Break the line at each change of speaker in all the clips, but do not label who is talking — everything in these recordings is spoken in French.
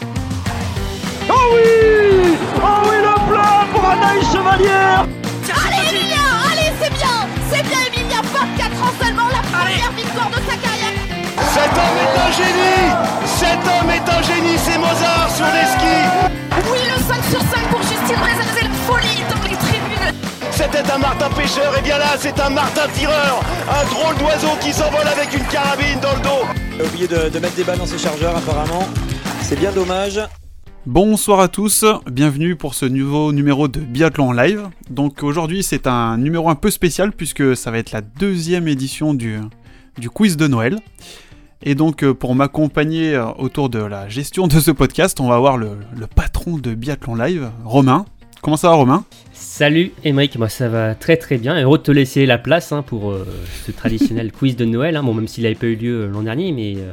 Oh oui Oh oui, le plat pour Anaïs Chevalier
Allez Emilia Allez c'est bien C'est bien Emilia 24 ans seulement la première victoire de sa carrière
Cet homme est un génie Cet homme est un génie, c'est Mozart sur les skis
Oui le 5 sur 5 pour Justine Brezal, c'est la folie dans les tribunes
C'était un Martin pêcheur, et bien là c'est un Martin tireur Un drôle d'oiseau qui s'envole avec une carabine dans le dos
a oublié de, de mettre des balles dans ses chargeurs apparemment. C'est bien dommage.
Bonsoir à tous, bienvenue pour ce nouveau numéro de Biathlon en live. Donc aujourd'hui c'est un numéro un peu spécial puisque ça va être la deuxième édition du, du quiz de Noël. Et donc euh, pour m'accompagner euh, autour de la gestion de ce podcast, on va avoir le, le patron de Biathlon live, Romain. Comment ça va Romain
Salut Émeric, moi ça va très très bien. Heureux de te laisser la place hein, pour euh, ce traditionnel quiz de Noël. hein. Bon, même s'il n'avait pas eu lieu euh, l'an dernier, mais euh,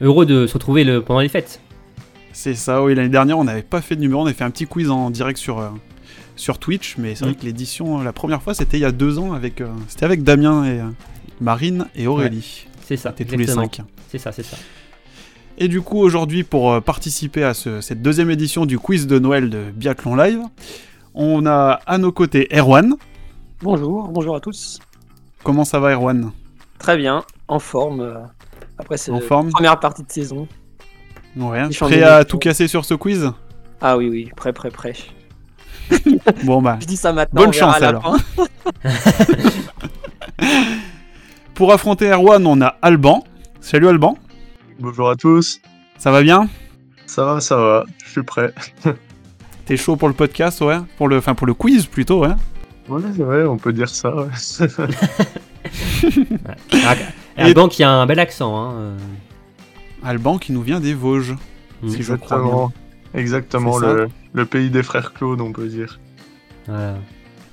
heureux de se retrouver le, pendant les fêtes.
C'est ça, oui, l'année dernière on n'avait pas fait de numéro, on avait fait un petit quiz en direct sur, euh, sur Twitch, mais c'est vrai
Mm.
que l'édition, euh, la première fois c'était il y a deux ans, avec, euh, c'était avec Damien et euh, Marine et Aurélie.
C'est ça.
C'était tous les
exactement.
cinq.
C'est ça, c'est ça.
Et du coup, aujourd'hui, pour euh, participer à ce- cette deuxième édition du quiz de Noël de Biathlon Live, on a à nos côtés Erwan.
Bonjour, bonjour à tous.
Comment ça va, Erwan
Très bien, en forme. euh, Après cette
En forme
première partie de saison.
Ouais.
Il change
Prêt
de
à
métro.
tout casser sur ce quiz
Ah oui, oui, prêt, prêt, prêt.
Bon, bah,
Je dis ça maintenant.
Bonne
on verra
chance,
à la
alors.
fin.
pour affronter Erwan, on a Alban. Salut, Alban.
Bonjour à tous,
Ça va bien
ça va, ça va, je suis prêt.
T'es chaud pour le podcast, ouais Pour le, enfin, pour le quiz plutôt, hein? ouais.
Ouais, ouais, on peut dire ça. ouais.
Et-
Et qui a un bel accent. hein, euh,
Alban qui nous vient des Vosges.
Mm.
Si je crois bien.
Exactement, exactement
C'est ça.
le, le pays des frères Claude, on peut dire.
voilà.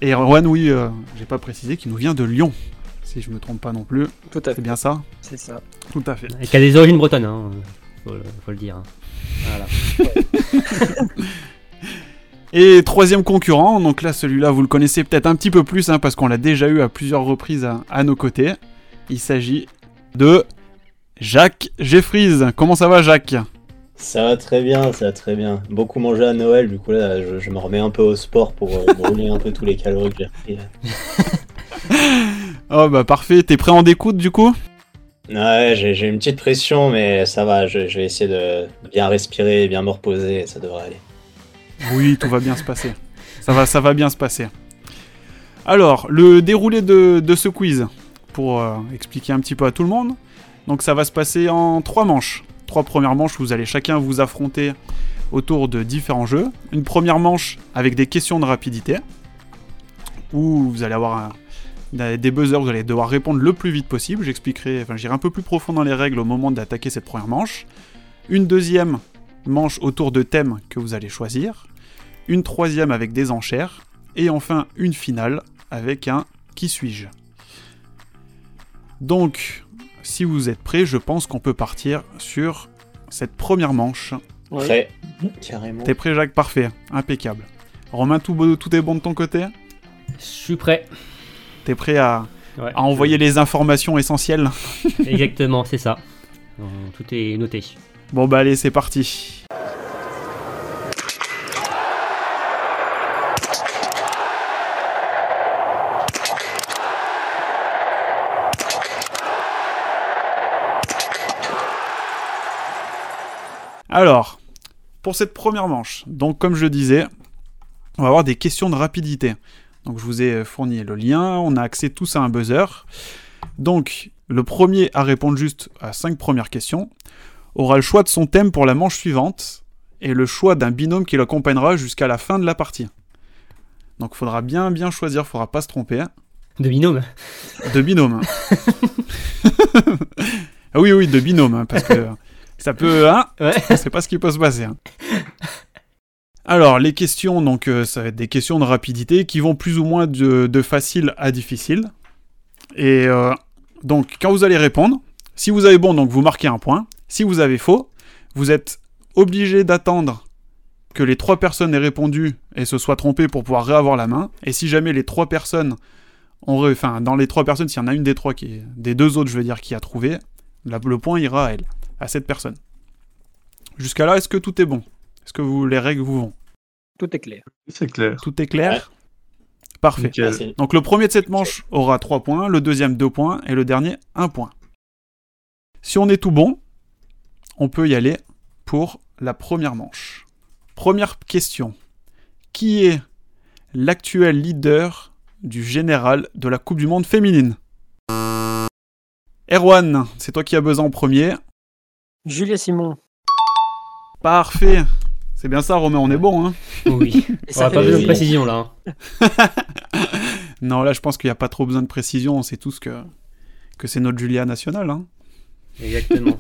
Et Erwan, oui, euh, j'ai pas précisé, qui nous vient de Lyon. Si je me trompe pas non plus.
Tout à
C'est
fait,
bien ça
c'est ça.
Tout à fait.
Et qui a des origines bretonnes, hein, faut, le, faut le dire. hein. Voilà.
Et troisième concurrent, donc là celui-là vous le connaissez peut-être un petit peu plus hein, parce qu'on l'a déjà eu à plusieurs reprises à, à nos côtés. Il s'agit de Jacques Jeffries. Comment ça va Jacques
Ça va très bien, ça va très bien. Beaucoup mangé à Noël, du coup là, je, je me remets un peu au sport pour euh, brûler un peu tous les calories que j'ai repris. là.
Oh bah parfait, t'es prêt à en découdre du coup
Ouais, j'ai j'ai une petite pression, mais ça va, je, je vais essayer de de bien respirer, bien me reposer, ça devrait aller.
Oui, tout va bien se passer. Ça va, ça va bien se passer. Alors, le déroulé de, de ce quiz, pour euh, expliquer un petit peu à tout le monde. Donc, ça va se passer en trois manches. Trois premières manches, vous allez chacun vous affronter autour de différents jeux. Une première manche avec des questions de rapidité, où vous allez avoir un- des- des buzzers, vous allez devoir répondre le plus vite possible. J'expliquerai, enfin, j'irai un peu plus profond dans les règles au moment d'attaquer cette première manche. Une deuxième manche autour de thèmes que vous allez choisir une troisième avec des enchères, et enfin une finale avec un qui suis-je. Donc, si vous êtes prêts, je pense qu'on peut partir sur cette première manche.
Oui.
Prêt Carrément.
T'es prêt Jacques Parfait, impeccable. Romain, tout, beau- tout est bon de ton côté
Je suis prêt.
T'es prêt à,
Ouais.
à envoyer les informations essentielles
Exactement, c'est ça. Euh, Tout est noté.
Bon bah allez, c'est parti. Alors, pour cette première manche, donc comme je le disais, on va avoir des questions de rapidité. Donc je vous ai fourni le lien, on a accès tous à un buzzer. Donc le premier à répondre juste à cinq premières questions aura le choix de son thème pour la manche suivante et le choix d'un binôme qui l'accompagnera jusqu'à la fin de la partie. Donc faudra bien bien choisir, faudra pas se tromper.
De binôme.
De binôme. Ah oui oui, de binôme, hein, parce que ça peut... Hein,
Ouais.
on sait pas ce qui peut se passer. hein. Alors les questions, donc euh, ça va être des questions de rapidité qui vont plus ou moins de, de facile à difficile. Et euh, donc quand vous allez répondre, si vous avez bon, donc vous marquez un point. Si vous avez faux, vous êtes obligé d'attendre que les trois personnes aient répondu et se soient trompées pour pouvoir réavoir la main. Et si jamais les trois personnes ont, ré- enfin dans les trois personnes, s'il y en a une des trois qui, est- des deux autres, je veux dire, qui a trouvé, la- le point ira à elle, à cette personne. Jusqu'à là, est-ce que tout est bon Est-ce que vous, les règles vous vont
Tout est clair.
C'est clair.
Tout est clair Parfait.
Euh.
Nickel.
Merci.
Donc le premier de cette manche aura 3 points, le deuxième 2 points et le dernier 1 point. Si on est tout bon, on peut y aller pour la première manche. Première question. Qui est l'actuel leader du général de la Coupe du Monde féminine Erwan, c'est toi qui as besoin en premier.
Julia Simon.
Parfait. C'est bien ça, Romain, on est bon. Hein
Oui.
Et
On n'a
ça
pas
fait
besoin de
plaisir.
précision là. hein.
non, là, je pense qu'il n'y a pas trop besoin de précision. On sait tous que, que c'est notre Julia nationale. hein.
Exactement.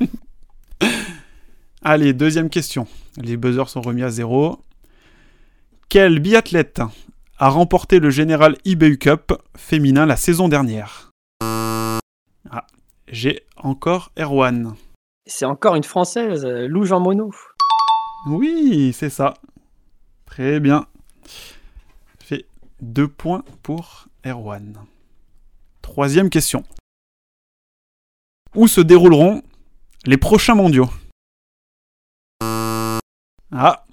Allez, deuxième question. Les buzzers sont remis à zéro. Quel biathlète a remporté le Général IBU Cup féminin la saison dernière Ah, j'ai encore Erwan.
C'est encore une française, euh, Lou Jean Monod.
Oui, c'est ça. Très bien. Ça Fait deux points pour Erwan. Troisième question. Où se dérouleront les prochains mondiaux Ah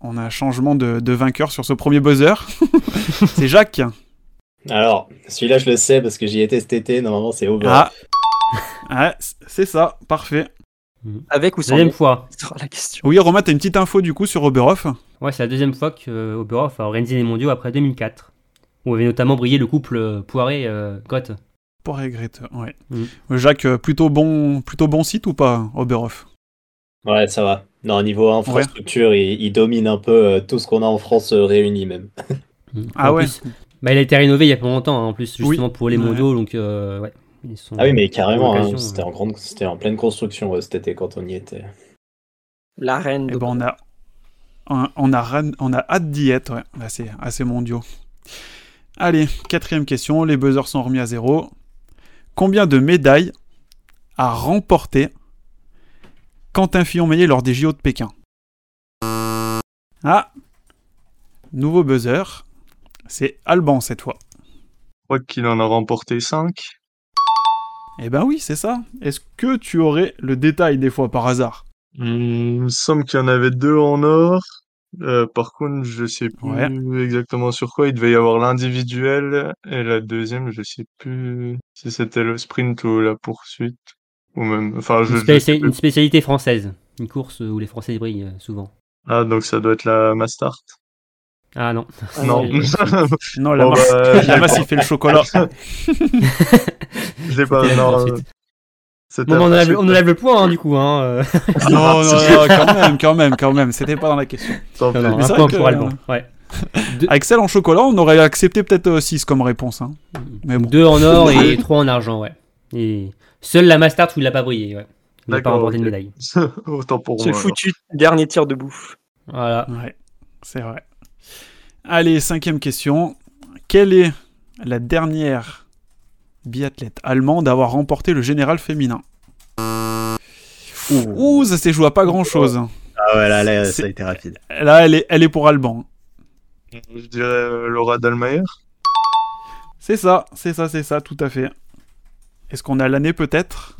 On a un changement de, de vainqueur sur ce premier buzzer. c'est Jacques.
Alors, celui-là, je le sais parce que j'y étais cet été. Normalement, c'est over.
Ah Ouais, C'est ça, parfait.
Avec ou sans
Deuxième fois.
C'est la question.
Oui, Romain, t'as une petite info du coup sur Oberhof
Ouais, c'est la deuxième fois que euh, Oberhof a organisé les mondiaux après 2004. Où avait notamment brillé le couple euh, Poiré-Grotte.
Pour regrette, ouais.
Mm.
Jacques, euh, plutôt bon, plutôt bon site ou pas, Oberhof
Ouais, ça va. Non, niveau infrastructure, il, il domine un peu euh, tout ce qu'on a en France euh, réuni même.
Ah ouais.
bah, il a été rénové il y a pas longtemps, hein, en plus,
Oui.
justement pour les
Ouais.
mondiaux. Donc, euh, ouais. Ils sont
Ah oui, mais carrément, hein,
L'occasion,
c'était
ouais.
en, grande... c'était en pleine construction euh, cet été quand on y était.
La reine.
Eh
de-
ben, on a, on on a, ran- on a hâte d'y être, ouais. Là, c'est assez mondiaux. Allez, quatrième question, les buzzers sont remis à zéro. Combien de médailles a remporté Quentin Fillon-Maillet lors des JO de Pékin Ah Nouveau buzzer, c'est Alban cette fois.
Je crois qu'il en a remporté 5.
Eh ben oui, c'est ça. Est-ce que tu aurais le détail des fois par hasard
Il me semble qu'il y en avait deux en or. Euh, par contre, je sais plus exactement sur quoi. Il devait y avoir l'individuel et la deuxième, je sais plus si c'était le sprint ou la poursuite. Ou même, enfin, je,
Une,
je
spéci-
sais plus.
une spécialité française. Une course où les Français brillent euh, souvent.
Ah, donc ça doit être la Mastart.
Ah non.
Non.
Non, la
Bon,
masse,
bah, je
la
l'ai
masse,
pas.
il fait le chocolat.
Je l'ai pas,
C'était la
non,
poursuite.
euh, c'était la
Bon, bah, on, enlève,
poursuite.
on enlève le point, hein, du coup. Hein, euh.
Non, non, non, quand même, quand même, quand même. C'était pas dans la question.
Tant
Non,
pis.
non,
Mais
un
c'est
point
vrai que-
pour Alban. Ouais. Deux,
Avec celle en chocolat, on aurait accepté peut-être 6 comme réponse. hein. Mais bon.
deux en or et trois en argent, ouais. Et seule la Mastart où il n'a pas brillé, ouais. Il n'a pas
D'accord,
remporté de
ok.
médaille.
Autant pour
Ce
moi. alors.
foutu dernier tir de bouffe.
Voilà.
Ouais, c'est vrai. Allez, cinquième question. Quelle est la dernière biathlète allemande à avoir remporté le général féminin Ouh, ça s'est joué à pas grand-chose.
Ah ouais, là, là,
C'est-
ça a été rapide.
Là, elle est, elle est pour Alban.
Je dirais euh, Laura Dalmayer.
C'est ça, c'est ça, c'est ça, tout à fait. Est-ce qu'on a l'année peut-être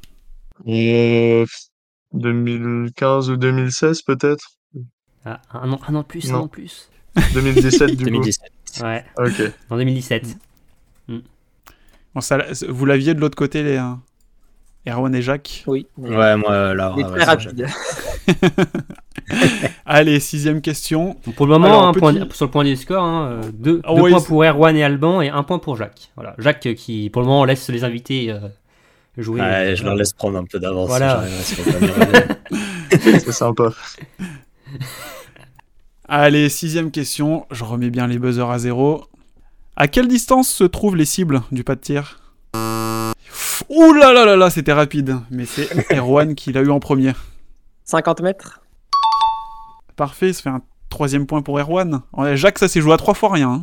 2015 ou 2016 peut-être
Ah, un, an, un an de plus, un
Non.
an de plus.
2017 du coup.
2017.
Ouais,
Ok.
en
Mm.
2017.
Bon, ça, Vous l'aviez de l'autre côté, les euh, Erwan et Jacques
Oui.
Ouais, moi, euh, là,
Ah,
Il est
bah,
ouais,
très
ça,
rapide.
Allez, sixième question.
Pour le moment,
Alors,
un point-
petit-
sur le point des scores, hein, euh, deux,
Ah
deux
ouais,
points
c'est-
pour Erwan et Alban et un point pour Jacques. Voilà. Jacques euh, qui, pour le moment, laisse les invités euh, jouer. euh,
Ouais, je leur laisse prendre un peu d'avance.
Voilà.
j'arriverai sur le premier.
C'est sympa.
Allez, sixième question. Je remets bien les buzzers à zéro. À quelle distance se trouvent les cibles du pas de tir Ouh là là là là, c'était rapide. Mais c'est Erwan qui l'a eu en premier.
50 mètres.
Parfait, ça fait un troisième point pour Erwan. Ouais, Jacques, ça s'est joué à trois fois rien. hein.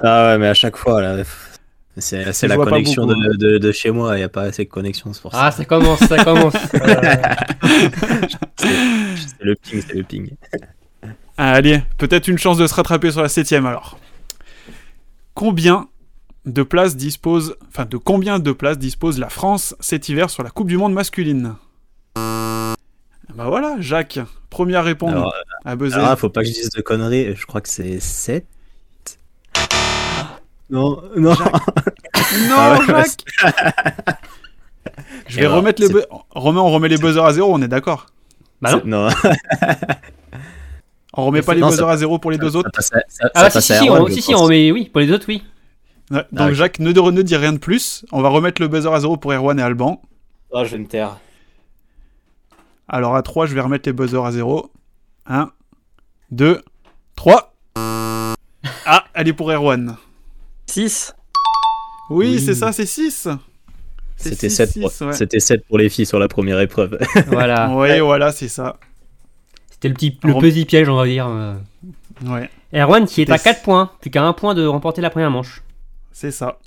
ah ouais, mais à chaque fois, là. pff, C'est c'est
Je
la
vois pas
connexion
beaucoup, hein.
de, de, de chez moi, il n'y a pas assez de connexion, c'est pour ça.
Ah, ça commence, ça commence.
C'est le ping, c'est le ping.
Allez, peut-être une chance de se rattraper sur la septième alors. Combien de places dispose, enfin de combien de places dispose la France cet hiver sur la Coupe du Monde masculine Bah voilà, Jacques, premier à répondre.
Alors, ah,
à buzzer.
Alors là, faut pas que je dise de conneries, je crois que c'est 7.
Ah.
Non,
Non,
non. Ah ouais,
Jacques Je vais
Et alors,
remettre les
c'est-
bu- Romain, on remet les buzzers à zéro, on est d'accord
Bah non.
c'est- non.
On remet pas les
Non,
buzzers
ça-
à zéro pour les deux autres
Ça passe à- ça-
Ah,
ça
si,
passe
si,
à
si,
Erwan,
on-
je
si, si,
pense.
on met oui, pour les autres, oui.
Ouais,
Ah,
Donc
ok.
Jacques, ne, ne dis rien de plus. On va remettre le buzzer à zéro pour Erwan et Alban. Ah,
Oh, je vais me taire.
Alors à 3, je vais remettre les buzzers à zéro. 1, 2, 3. Ah, elle est pour Erwan.
6.
Oui,
Oui.
c'est ça, c'est 6.
C'était 7, pour...
ouais.
c'était sept pour les filles sur la première épreuve.
Voilà.
Ouais, voilà, c'est ça.
C'était le petit le
Rem-
petit piège, on va dire. euh.
Ouais,
Erwan qui est à
C'était-
4 points, plus qu'à 1 point de remporter la première manche.
c'est ça.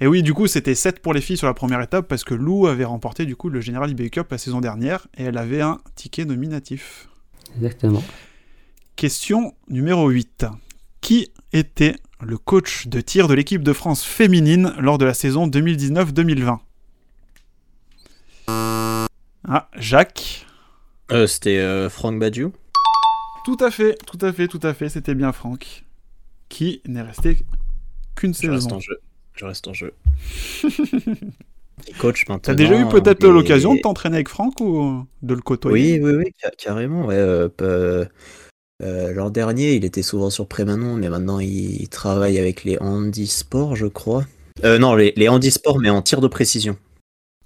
Et oui, du coup, c'était 7 pour les filles sur la première étape parce que Lou avait remporté du coup le General IBU Cup la saison dernière et elle avait un ticket nominatif.
Exactement.
Question numéro 8. Qui était le coach de tir de l'équipe de France féminine lors de la saison 2019-2020 Ah, Jacques.
Euh, c'était euh, Franck Badiou.
Tout à fait, tout à fait, tout à fait, c'était bien Franck. Qui n'est resté qu'une
Je reste
saison.
en jeu. Je reste en jeu. Et coach maintenant.
T'as déjà eu peut-être
et-
l'occasion de t'entraîner avec Franck ou euh, de le côtoyer
Oui, oui, oui, ca- carrément. Ouais, euh, p- euh, euh, l'an dernier, il était souvent sur Prémanon, mais maintenant il, il travaille avec les handisports, je crois. Euh, non, les, les handisports, mais en tir de précision.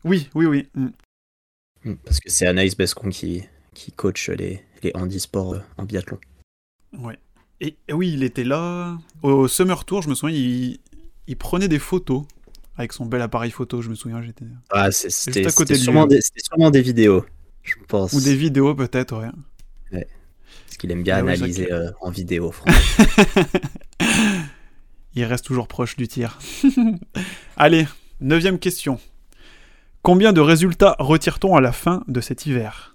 Oui, oui, oui. mm.
Mm, Parce que c'est Anaïs Bescon qui, qui coach les, les handisports euh, en biathlon.
Et, et oui, il était là. Au Summer Tour, je me souviens, il, il prenait des photos avec son bel appareil photo, je me souviens, j'étais.
Ah, c'est- c'était
à côté
c'était
de lui,
sûrement,
hein.
des- c'était sûrement des vidéos, je pense.
Ou des vidéos peut-être, ouais.
Parce qu'il aime bien
Ah oui,
analyser euh, en vidéo, Franck.
Il reste toujours proche du tir. Allez, neuvième question. Combien de résultats retire-t-on à la fin de cet hiver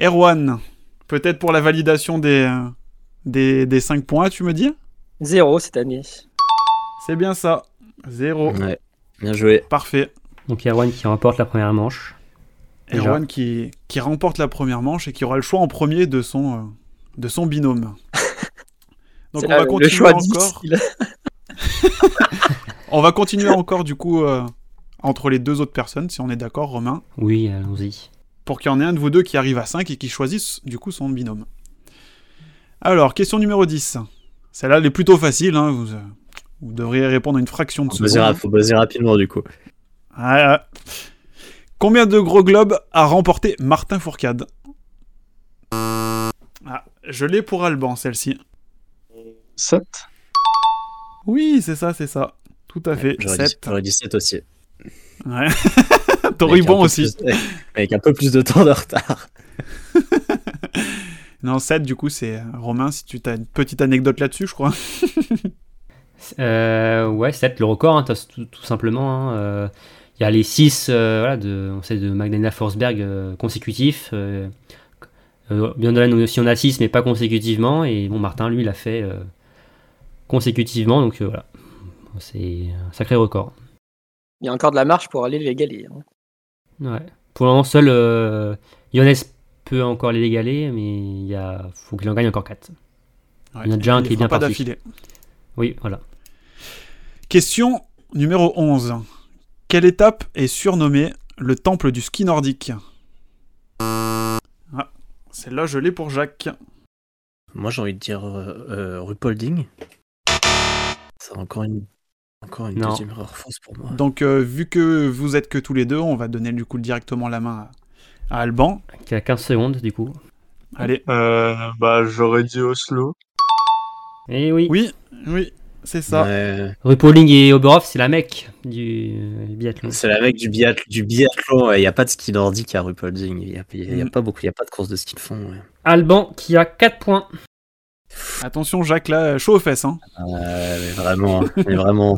Erwan, peut-être pour la validation des, euh, des, 5 points, tu me dis
0 cette année.
C'est bien ça. Zéro.
Ouais. Bien joué.
Parfait.
Donc Erwan qui remporte la première manche. Déjà.
Erwan qui, qui remporte la première manche et qui aura le choix en premier de son, euh, de son binôme. Donc
C'est
on
là
va
le
continuer
choix
encore.
difficile.
On va continuer encore du coup euh, entre les deux autres personnes, si on est d'accord, Romain.
Oui, allons-y.
pour qu'il y en ait un de vous deux qui arrive à 5 et qui choisisse du coup son binôme. Alors, question numéro 10. Celle-là, elle est plutôt facile. hein, Vous, euh, vous devriez répondre à une fraction de
Faut buzzer,
seconde.
faut buzzer rapidement, du coup.
Ah, ah. Combien de gros globes a remporté Martin Fourcade Ah, Je l'ai pour Alban, celle-ci.
7.
Oui, c'est ça, c'est ça. Tout à fait.
J'aurais dit,
7.
j'aurais dit 7 aussi.
Ouais.
Avec
T'aurais eu
un
bon
peu
aussi.
plus- avec un peu plus de temps de retard.
Non, 7, du coup, c'est euh, Romain, si tu as une petite anecdote là-dessus, je crois.
Euh, ouais, 7, le record, hein, t'as- tout, tout simplement. hein, euh, Il y a les 6 voilà, de, on sait, de Magdalena Forsberg euh, consécutifs. Euh, euh, Bjorn Dalen aussi en a 6, mais pas consécutivement. Et bon, Martin, lui, l'a fait euh, consécutivement. Donc euh, voilà, c'est un sacré record.
Il y a encore de la marche pour aller l'égaler. hein.
Ouais. Pour le moment, seul euh, Johannes peut encore les dégaler, mais il y a, faut qu'il en gagne encore 4.
Ouais,
Il y en a déjà un
les
qui est bien
fera pas
parti.
d'affilée.
Oui, voilà.
Question numéro 11. Quelle étape est surnommée le temple du ski nordique ah, Celle-là, je l'ai pour Jacques.
Moi, j'ai envie de dire euh, euh, Rupolding. C'est encore une, encore une
Non.
deuxième erreur fausse pour moi.
Donc, euh, vu que vous êtes que tous les deux, on va donner du coup directement la main à, à Alban.
Qui a 15 secondes, du coup.
Allez.
Euh, bah, j'aurais dit Oslo.
Et oui.
Oui, oui, c'est ça.
Ouais.
Rupoling et Oberhof, c'est la mecque du euh, biathlon.
C'est la mec du, biath- du biathlon. ouais. Il n'y a pas de ski nordique à Rupolding. Il n'y a, il y a
Mm.
pas beaucoup. Il n'y a pas de course de ski de fond. ouais.
Alban qui a 4 points.
Attention, Jacques, là, chaud aux fesses. hein.
Euh, mais vraiment, mais vraiment.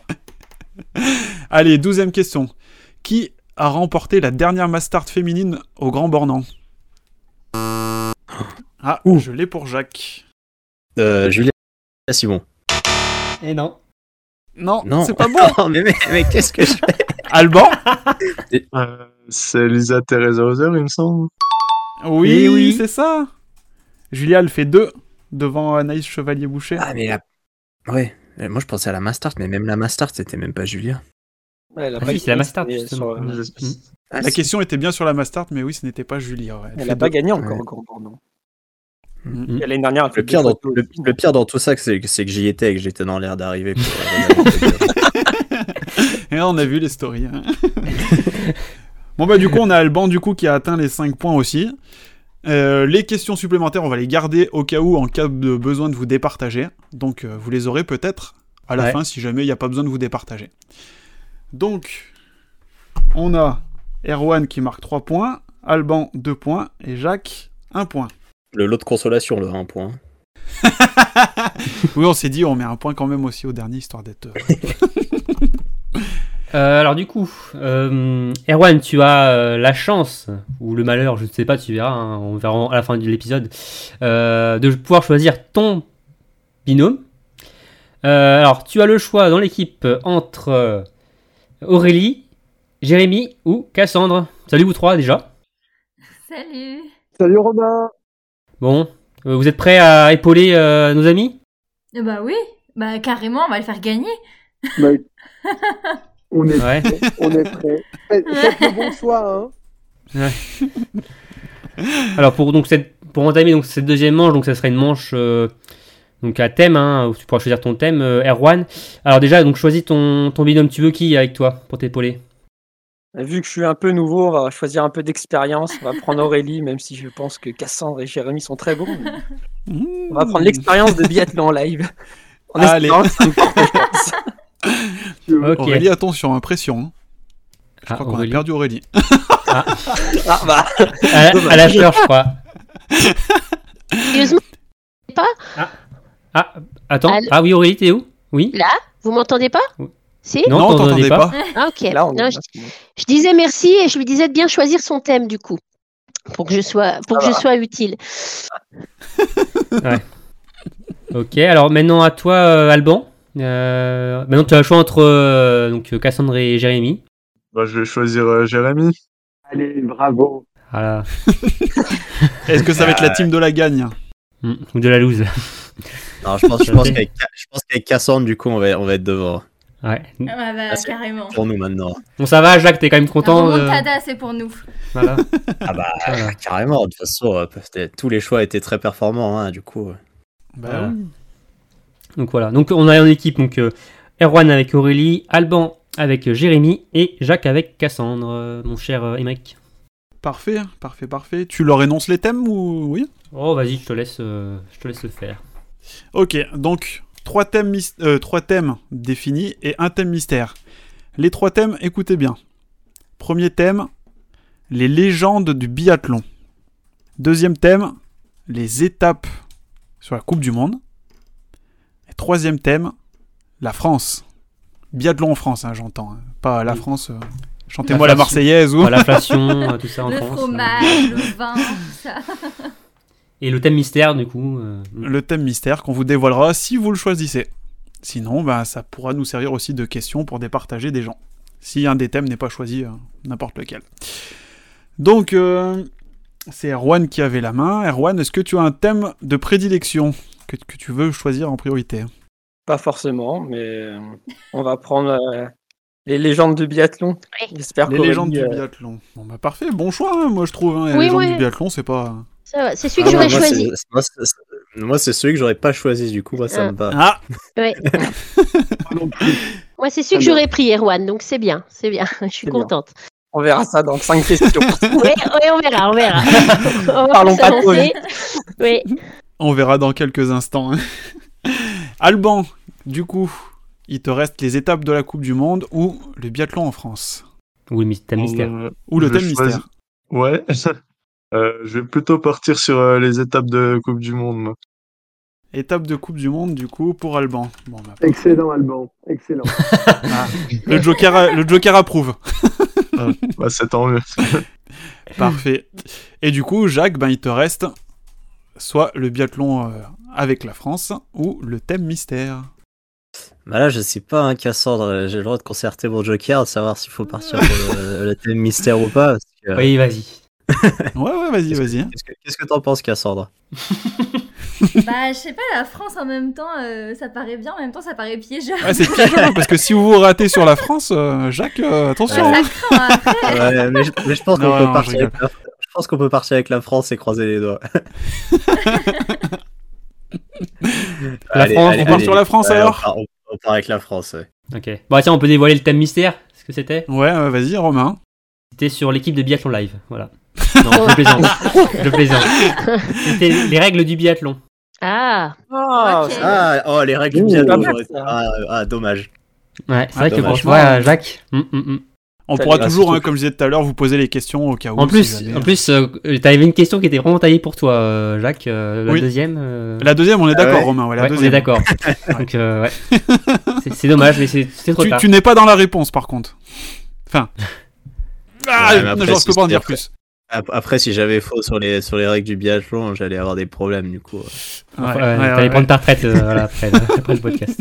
Allez, douzième question. Qui a remporté la dernière Mastart féminine au Grand Bornand Ah, je l'ai pour Jacques.
Euh, Julien Simon.
Et non.
Non,
Non.
c'est pas bon.
Oh, mais, mais- mais qu'est-ce que je fais
Alban
Euh, c'est Lisa Thérèse Hauser, il me semble.
Oui,
Eh
oui,
oui.
c'est ça. Julia le fait deux devant Anaïs Chevalier-Boucher.
Ah, mais la. Ouais, Euh, moi je pensais à la Mastart, mais même la Mastart, c'était même pas Julia.
Ouais, elle a
Ah
pas
si, c'est la
gagné,
Mastart,
mais
justement.
sur- euh,
Mm.
Ah,
La
si.
question était bien sur la Mastart, mais oui, ce n'était pas Julia. ouais.
Elle
Fait
a pas
deux.
gagné encore
Ouais.
au Grand Bornand.
Mm.
Et L'année dernière, elle fait
Le pire,
deux
dans,
photos
le,
aussi,
le pire dans tout ça, c'est que, c'est que j'y étais et que j'étais dans l'air d'arriver. pour la-
Et Eh, on a vu les stories. hein. bon bah du coup on a Alban du coup qui a atteint les 5 points aussi. Euh, les questions supplémentaires on va les garder au cas où en cas de besoin de vous départager. Donc euh, vous les aurez peut-être à la
Ouais.
fin si jamais il n'y a pas besoin de vous départager. Donc on a Erwan qui marque 3 points, Alban 2 points et Jacques 1 point.
le lot de consolation, le 1 point.
oui on s'est dit on met un point quand même aussi au dernier histoire d'être...
Euh, alors du coup, euh, Erwan, tu as euh, la chance, ou le malheur, je ne sais pas, tu verras, hein, on verra en- à la fin de l'épisode, euh, de pouvoir choisir ton binôme. Euh, alors tu as le choix dans l'équipe entre euh, Aurélie, Jérémy ou Cassandre. Salut vous trois déjà.
Salut
Salut Romain
Bon, euh, vous êtes prêts à épauler euh, nos amis
Eh Bah oui, bah carrément, on va le faire gagner.
on est,
Ouais.
on est prêt. Faites faites le bon choix, hein.
Alors pour donc cette pour entamer donc cette deuxième manche, donc ça serait une manche euh, donc à thème hein, où tu pourras choisir ton thème euh, Erwan. Alors déjà donc choisis ton, ton binôme, tu veux qui avec toi pour t'épauler
Vu que je suis un peu nouveau, on va choisir un peu d'expérience. On va prendre Aurélie, même si je pense que Cassandre et Jérémy sont très bons. mais On va prendre l'expérience de biathlon en live. En
Allez.
espérant que ça me porte chance.
OK.
Aurélie attention impression. hein. Je
Ah,
crois qu'on a
Aurélie.
perdu Aurélie.
Ah bah,
À, à la fleur, je crois.
Sérieusement,
Ah attends.
Allô
Ah oui Aurélie, t'es où Oui.
là Vous m'entendez pas
Oui.
Si
Non,
non
t'entendais
t'entendais pas.
Ah, ok.
là, on
Non,
est.
je, je disais merci et je lui disais de bien choisir son thème, du coup, pour que je sois, pour
Ah bah.
que je sois utile.
Ok. Alors maintenant à toi euh, Alban. Euh, maintenant tu as le choix entre euh, donc euh, Cassandre et Jérémy.
Bah, je vais choisir euh, Jérémy.
Allez, bravo
Ah là.
Est-ce que ça va être la team de la gagne
Hmm, ou de la loose.
Non, je pense, je pense qu'avec je pense qu'avec Cassandre, du coup, on va, on va être devant.
Ouais.
Ah bah,
Parce que-
carrément.
Pour nous maintenant.
Bon ça va Jacques, t'es quand même content.
Un
euh,
remontada, c'est pour nous.
voilà.
Ah bah,
Voilà.
carrément. De toute façon, euh, peut-être- tous les choix étaient très performants, hein, du coup.
Bah
Voilà.
oui.
Donc voilà, donc on a en équipe donc euh, Erwan avec Aurélie, Alban avec euh, Jérémy et Jacques avec Cassandre, euh, mon cher euh, Émeric.
Parfait, parfait, parfait. Tu leur énonces les thèmes ou oui
Oh vas-y, je te laisse, euh, je te laisse le faire.
Ok, donc trois thèmes, mys- euh, trois thèmes définis et un thème mystère. Les trois thèmes, écoutez bien. Premier thème, les légendes du biathlon. Deuxième thème, les étapes sur la Coupe du Monde. Et troisième thème, la France. Biathlon en France, hein, j'entends. hein. Pas la France. euh, Chantez-moi la
France.
Marseillaise ou.
Voilà, L'inflation, euh, tout ça en
Le
France. euh.
fromage, le vin, tout ça.
Et le thème mystère du coup. euh,
le thème mystère qu'on vous dévoilera si vous le choisissez. Sinon, bah, ça pourra nous servir aussi de question pour départager des gens. Si un des thèmes n'est pas choisi, euh, n'importe lequel. Donc, euh, c'est Erwan qui avait la main. Erwan, est-ce que tu as un thème de prédilection que, que tu veux choisir en priorité
Pas forcément, mais euh, on va prendre euh, les légendes du biathlon.
Oui.
J'espère
Les
qu'Aurélie,
légendes du
euh,
biathlon. Bon, bah parfait, bon choix, hein, moi je trouve. hein, les
Oui,
légendes
oui.
du biathlon, c'est pas. hein.
Ça va, C'est celui
Ah
que
non,
bah,
j'aurais
moi,
choisi.
c'est- Moi, c'est- c'est- moi, c'est celui que j'aurais pas choisi, du coup, moi, ça
Ah.
me va.
Ah
Ouais.
Non plus.
Moi, c'est celui que
Ah non.
j'aurais pris, Erwan. Donc c'est bien, c'est bien. Je suis
C'est bien.
contente.
on verra ça dans cinq questions.
Oui, ouais, on verra, on verra. on va
Parlons pas trop
s'avancer. Oui.
On verra dans quelques instants. hein. Alban, du coup, il te reste les étapes de la Coupe du Monde ou le biathlon en France.
Ou le my- thème mystère.
Euh,
Ou le
je
thème
choisis-
mystère.
Ouais. Euh, je vais plutôt partir sur euh, les étapes de Coupe du Monde. moi.
Étape de Coupe du Monde, du coup, pour Alban. Bon, bah,
Excellent, Alban. Excellent.
le, Joker, a- le Joker approuve.
Bah, c'est tant mieux.
Parfait. Et du coup, Jacques, ben, il te reste soit le biathlon euh, avec la France ou le thème mystère.
Bah là, je sais pas, hein, Cassandre. J'ai le droit de concerter mon joker, de savoir s'il faut partir pour le, le thème mystère ou pas. parce que-
Oui, vas-y.
Ouais, ouais, vas-y, vas-y. hein.
Qu'est-ce que- Qu'est-ce que t'en penses, Cassandre
bah, je sais pas, la France en même temps, euh, ça paraît bien, en même temps, ça paraît piégeur.
Ouais, c'est pigeon, hein, parce que si vous vous ratez sur la France, euh, Jacques, euh, attention.
Ouais,
hein.
ça craint, après.
Ouais, mais je, mais je pense
Non,
qu'on peut
non,
partir.
je
avec la- Je pense qu'on peut partir avec la France et croiser les doigts.
hein.
La France, on part sur la France,
Ouais,
alors
on part, on- on part avec la France. ouais.
Ok. Bon, tiens, on peut dévoiler le thème mystère Ce que c'était
Ouais, euh, vas-y, Romain.
C'était sur l'équipe de biathlon live, voilà. Non, je plaisante. je plaisante. C'était les règles du biathlon.
Ah.
Ah,
Ah, oh, les règles du
Ouh,
biathlon,
pas mal,
ouais. Ah, ah, dommage.
Ouais, c'est vrai que
dommage.
franchement, euh, Jacques.
On
Ça
pourra
les
toujours,
rassure.
hein, comme je disais tout à l'heure, vous poser les questions au cas où.
En
si
plus,
jamais.
en plus euh, t'avais une question qui était vraiment taillée pour toi, euh, Jacques. euh, la
Oui.
deuxième. euh.
La deuxième, on est
Ah
d'accord, Romain, ouais, la
On est
deuxième.
d'accord. Donc, euh, ouais. C'est- C'est dommage, mais c'est c'est trop
tu,
tard.
tu n'es pas dans la réponse, par contre. Enfin. Ah,
Ouais, mais après,
genre, je
si
peux pas en
c'était
dire
après-
plus.
ap- Après, si j'avais faux sur les, sur les règles du biathlon, j'allais avoir des problèmes du coup.
Ouais,
Enfin, euh, t'allais prendre ta retraite euh, voilà, après, le- après le podcast.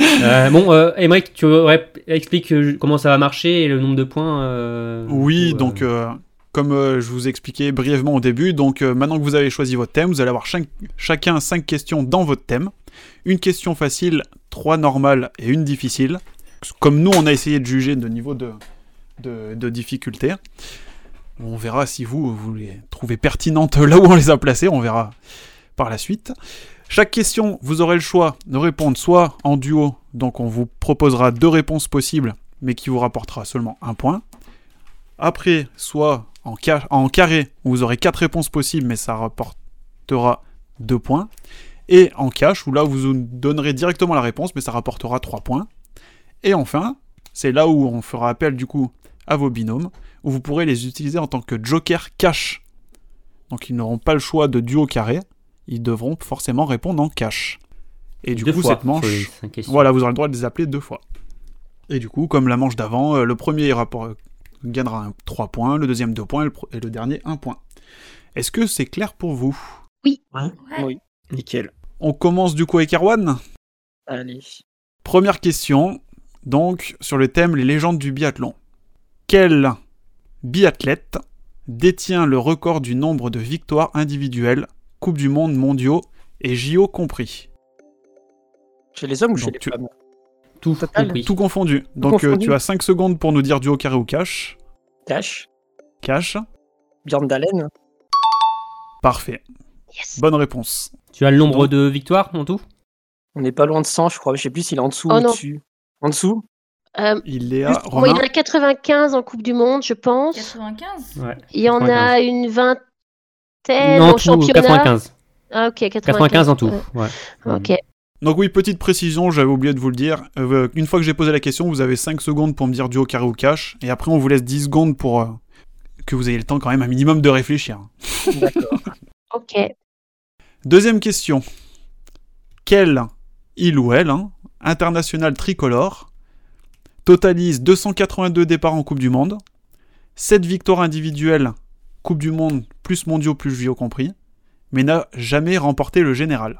Euh, bon, euh, Aymeric, tu aurais- expliques euh, comment ça va marcher et le nombre de points. euh,
Oui, donc euh, comme euh, je vous expliquais brièvement au début, donc euh, maintenant que vous avez choisi votre thème, vous allez avoir chaque- chacun 5 questions dans votre thème. Une question facile, 3 normales et une difficile. Comme nous, on a essayé de juger de niveau de, de, de difficulté. On verra si vous, vous les trouvez pertinentes là où on les a placées, on verra par la suite. Chaque question, vous aurez le choix de répondre soit en duo, donc on vous proposera deux réponses possibles, mais qui vous rapportera seulement un point. Après, soit en, ca- en carré, où vous aurez quatre réponses possibles, mais ça rapportera deux points. Et en cache, où là, vous nous donnerez directement la réponse, mais ça rapportera trois points. Et enfin, c'est là où on fera appel du coup à vos binômes, où vous pourrez les utiliser en tant que joker cache. Donc ils n'auront pas le choix de duo carré, ils devront forcément répondre en cache. Et du
Deux
coup,
fois,
cette manche,
sur les cinq questions.
voilà, vous aurez le droit de les appeler deux fois. Et du coup, comme la manche d'avant, euh, le premier rapport- euh, gagnera 3 points, le deuxième 2 points et le, pro- et le dernier 1 point. Est-ce que c'est clair pour vous
Oui.
Oui.
Nickel.
On commence du coup avec Erwan.
Allez.
Première question, donc sur le thème les légendes du biathlon. Quel biathlète détient le record du nombre de victoires individuelles, Coupe du Monde, mondiaux et JO compris
Chez les hommes ou chez
Donc,
les
tu-
femmes
Tout,
Total.
compris.
Tout confondu. Donc euh,
confondu.
tu as 5 secondes pour nous dire duo carré ou cash.
Cash,
Cash,
Bjorn Dalen,
parfait. Bonne réponse.
Tu as le nombre de victoires en tout
on n'est pas loin de 100, je crois. Je sais plus s'il est en dessous
Oh
ou
non.
dessus. En dessous
Euh,
Il est à
bon, il y en
Romain.
a 95 en Coupe du Monde, je pense.
95
Ouais.
Il y en a une vingtaine
Non, en
en
tout,
Eh, championnat.
95.
Ah, ok, 95.
95 en tout.
ouais.
Ouais.
Ok.
Donc oui, petite précision, j'avais oublié de vous le dire. Euh, une fois que j'ai posé la question, vous avez 5 secondes pour me dire duo carré ou cash. Et après, on vous laisse 10 secondes pour euh, que vous ayez le temps quand même un minimum de réfléchir.
D'accord.
Ok.
Deuxième question. Quel, il ou elle, hein, international tricolore, totalise 282 départs en Coupe du Monde, 7 victoires individuelles, Coupe du Monde plus mondiaux plus JO compris, mais n'a jamais remporté le général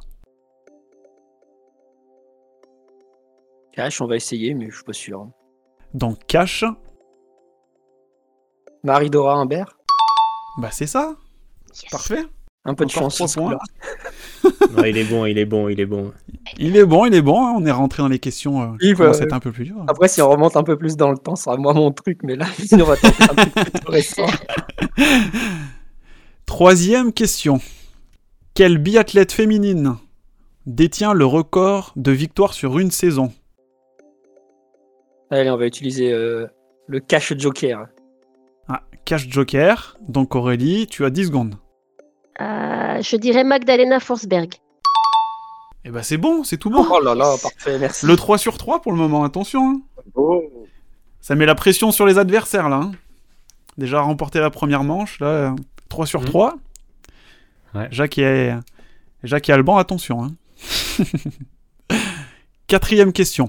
Cash, on va essayer, mais je suis pas sûr.
Donc cash,
Marie-Dora Humbert,
bah c'est ça. Parfait.
un peu de
Encore
chance.
trois
ce
points.
coup-là.
Non, il est bon, il est bon, il est bon.
Il est bon, il est bon. hein, On est rentré dans les questions euh, qui
Oui, bah,
commencent à être un peu plus dures.
Après, si on remonte un peu plus dans le temps, ça sera moins mon truc, mais là, on va tenter un truc plutôt récent.
Troisième question. Quelle biathlète féminine détient le record de victoires sur une saison
Allez, on va utiliser euh, le cash joker.
Ah, cash joker. Donc Aurélie, tu as 10 secondes.
Euh, je dirais Magdalena Forsberg.
Eh ben c'est bon, c'est tout bon.
Oh là là, parfait, merci.
Le 3 sur 3 pour le moment, attention. hein.
Oh.
Ça met la pression sur les adversaires là. hein. Déjà remporté la première manche, là, euh, 3 sur 3.
Ouais.
Jacques, et... Jacques et Alban, attention. hein. Quatrième question.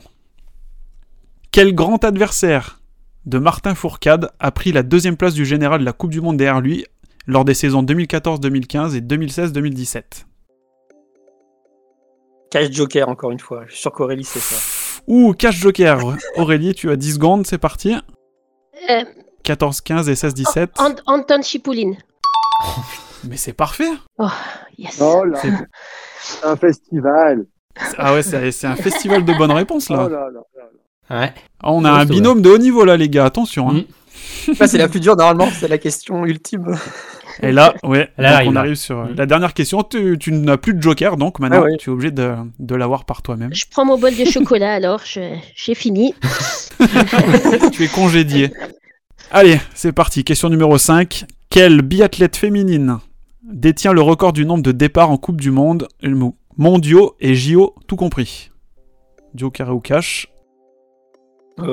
Quel grand adversaire de Martin Fourcade a pris la deuxième place du général de la Coupe du Monde derrière lui lors des saisons 2014-2015 et 2016-2017
Cash joker, encore une fois. Je suis sûr qu'Aurélie, c'est ça.
Ouh, cash joker. Aurélie, tu as 10 secondes, c'est parti.
Euh,
14, 15 et 16, 17.
An- Anton Chipouline.
Mais c'est parfait.
Oh, yes.
Oh là.
C'est-
C'est un festival.
Ah ouais, c'est c'est un festival de bonnes réponses là. Ah,
Oh là là là.
Ouais.
on a un
Costaud,
binôme de haut niveau là, les gars, attention. hein.
Là, c'est la plus dure, normalement, c'est la question ultime.
Et là, ouais,
Là,
donc
arrive,
on
là.
arrive sur euh, la dernière question. Tu, tu n'as plus de joker, donc maintenant
Ah ouais.
tu es obligé de, de l'avoir par toi-même.
Je prends mon bol de chocolat alors, je- j'ai fini.
tu es congédié. Allez, c'est parti. Question numéro 5. Quelle biathlète féminine détient le record du nombre de départs en Coupe du Monde, euh, mo- mondiaux et JO, tout compris Duo carré ou cash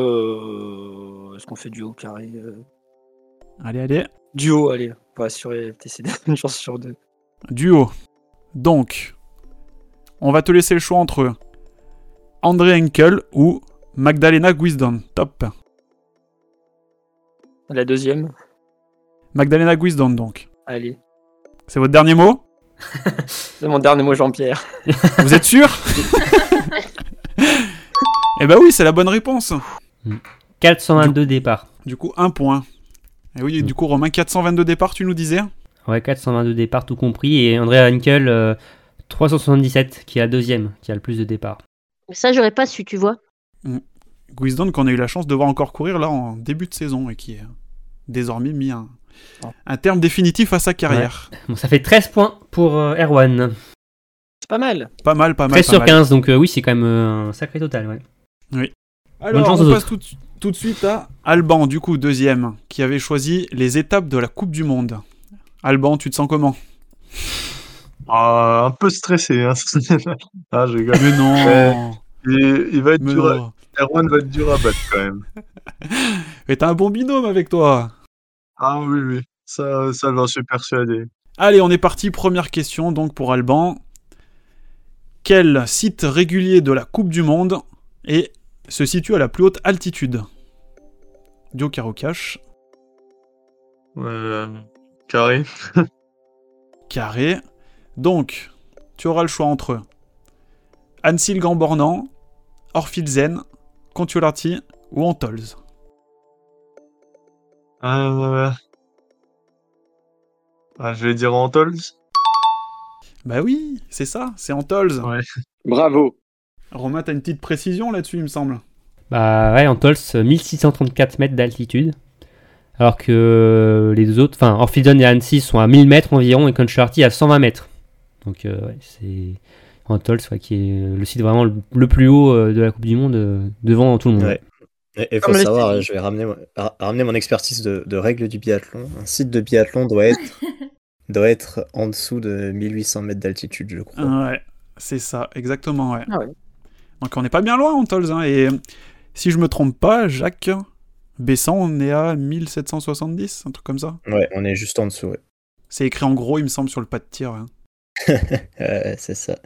Euh, Est-ce qu'on fait duo carré euh,
Allez, allez.
Duo, allez, pour assurer TCD, une chance sur deux.
Duo. Donc, on va te laisser le choix entre André Henkel ou Magdalena Guisdon. Top.
La deuxième,
Magdalena Guisdon, donc.
allez.
C'est votre dernier mot
C'est mon dernier mot, Jean-Pierre.
Vous êtes sûr Eh ben oui, c'est la bonne réponse.
422 départs.
Du coup, un point. Et oui, du coup, Romain, 422 départs, tu nous disais
Ouais, 422 départs tout compris. Et André Hankel, euh, 377, qui est la deuxième, qui a le plus de départs.
Mais ça, j'aurais pas su, tu vois.
Guisdon, qu'on a eu la chance de voir encore courir là en début de saison et qui est désormais mis un, un terme définitif à sa carrière.
Bon, ça fait 13 points pour euh, Erwan.
C'est pas mal.
Pas mal, pas mal.
13
pas
sur
mal.
15, donc euh, oui, c'est quand même euh, un sacré total. Ouais.
Oui.
Bonne
Alors,
chance
on
aux
passe
autres.
tout, de- tout de suite à Alban, du coup, deuxième, qui avait choisi les étapes de la Coupe du Monde. Alban, tu te sens comment
Ah, un peu stressé, hein. ah, je rigole.
Mais non.
Ouais. il, il va être
Mais
dur.
non.
À... Erwan va être dur à battre quand même.
Et t'as un bon binôme avec toi
Ah oui, oui. Ça, ça j'en suis persuadé.
Allez, on est parti. Première question donc pour Alban. Quel site régulier de la Coupe du Monde et se situe à la plus haute altitude Dio Carocache,
Euh, carré.
carré. Donc, tu auras le choix entre Annecy le Gambornan, Orphilzen, Contiolati ou Antols.
Euh, Ah, je vais dire Antols.
Bah oui, c'est ça, c'est Antols.
Bravo.
Romain, t'as une petite précision là-dessus, il me semble.
Bah ouais, Antols, 1634 mètres d'altitude. Alors que euh, les deux autres, enfin, Orphidon et Annecy sont à 1000 mètres environ et Concharty à 120 mètres. Donc euh, ouais, c'est Antols ouais, qui est euh, le site vraiment le, le plus haut euh, de la Coupe du Monde euh, devant tout le monde.
Ouais. Et il faut
Comme le
savoir, je vais ramener, mon- ra- ramener mon expertise de, de règles du biathlon. Un site de biathlon doit être, doit être en dessous de 1800 mètres d'altitude, je crois.
Ouais, c'est ça, exactement, ouais. Donc on n'est pas bien loin, Antols. Hein, et si je me trompe pas, Jacques Besson, on est à 1770, un truc comme
Ah.
ça.
Ouais, on est juste en dessous, ouais.
C'est écrit en gros, il me semble, sur le pas de tir. hein.
Euh, c'est ça.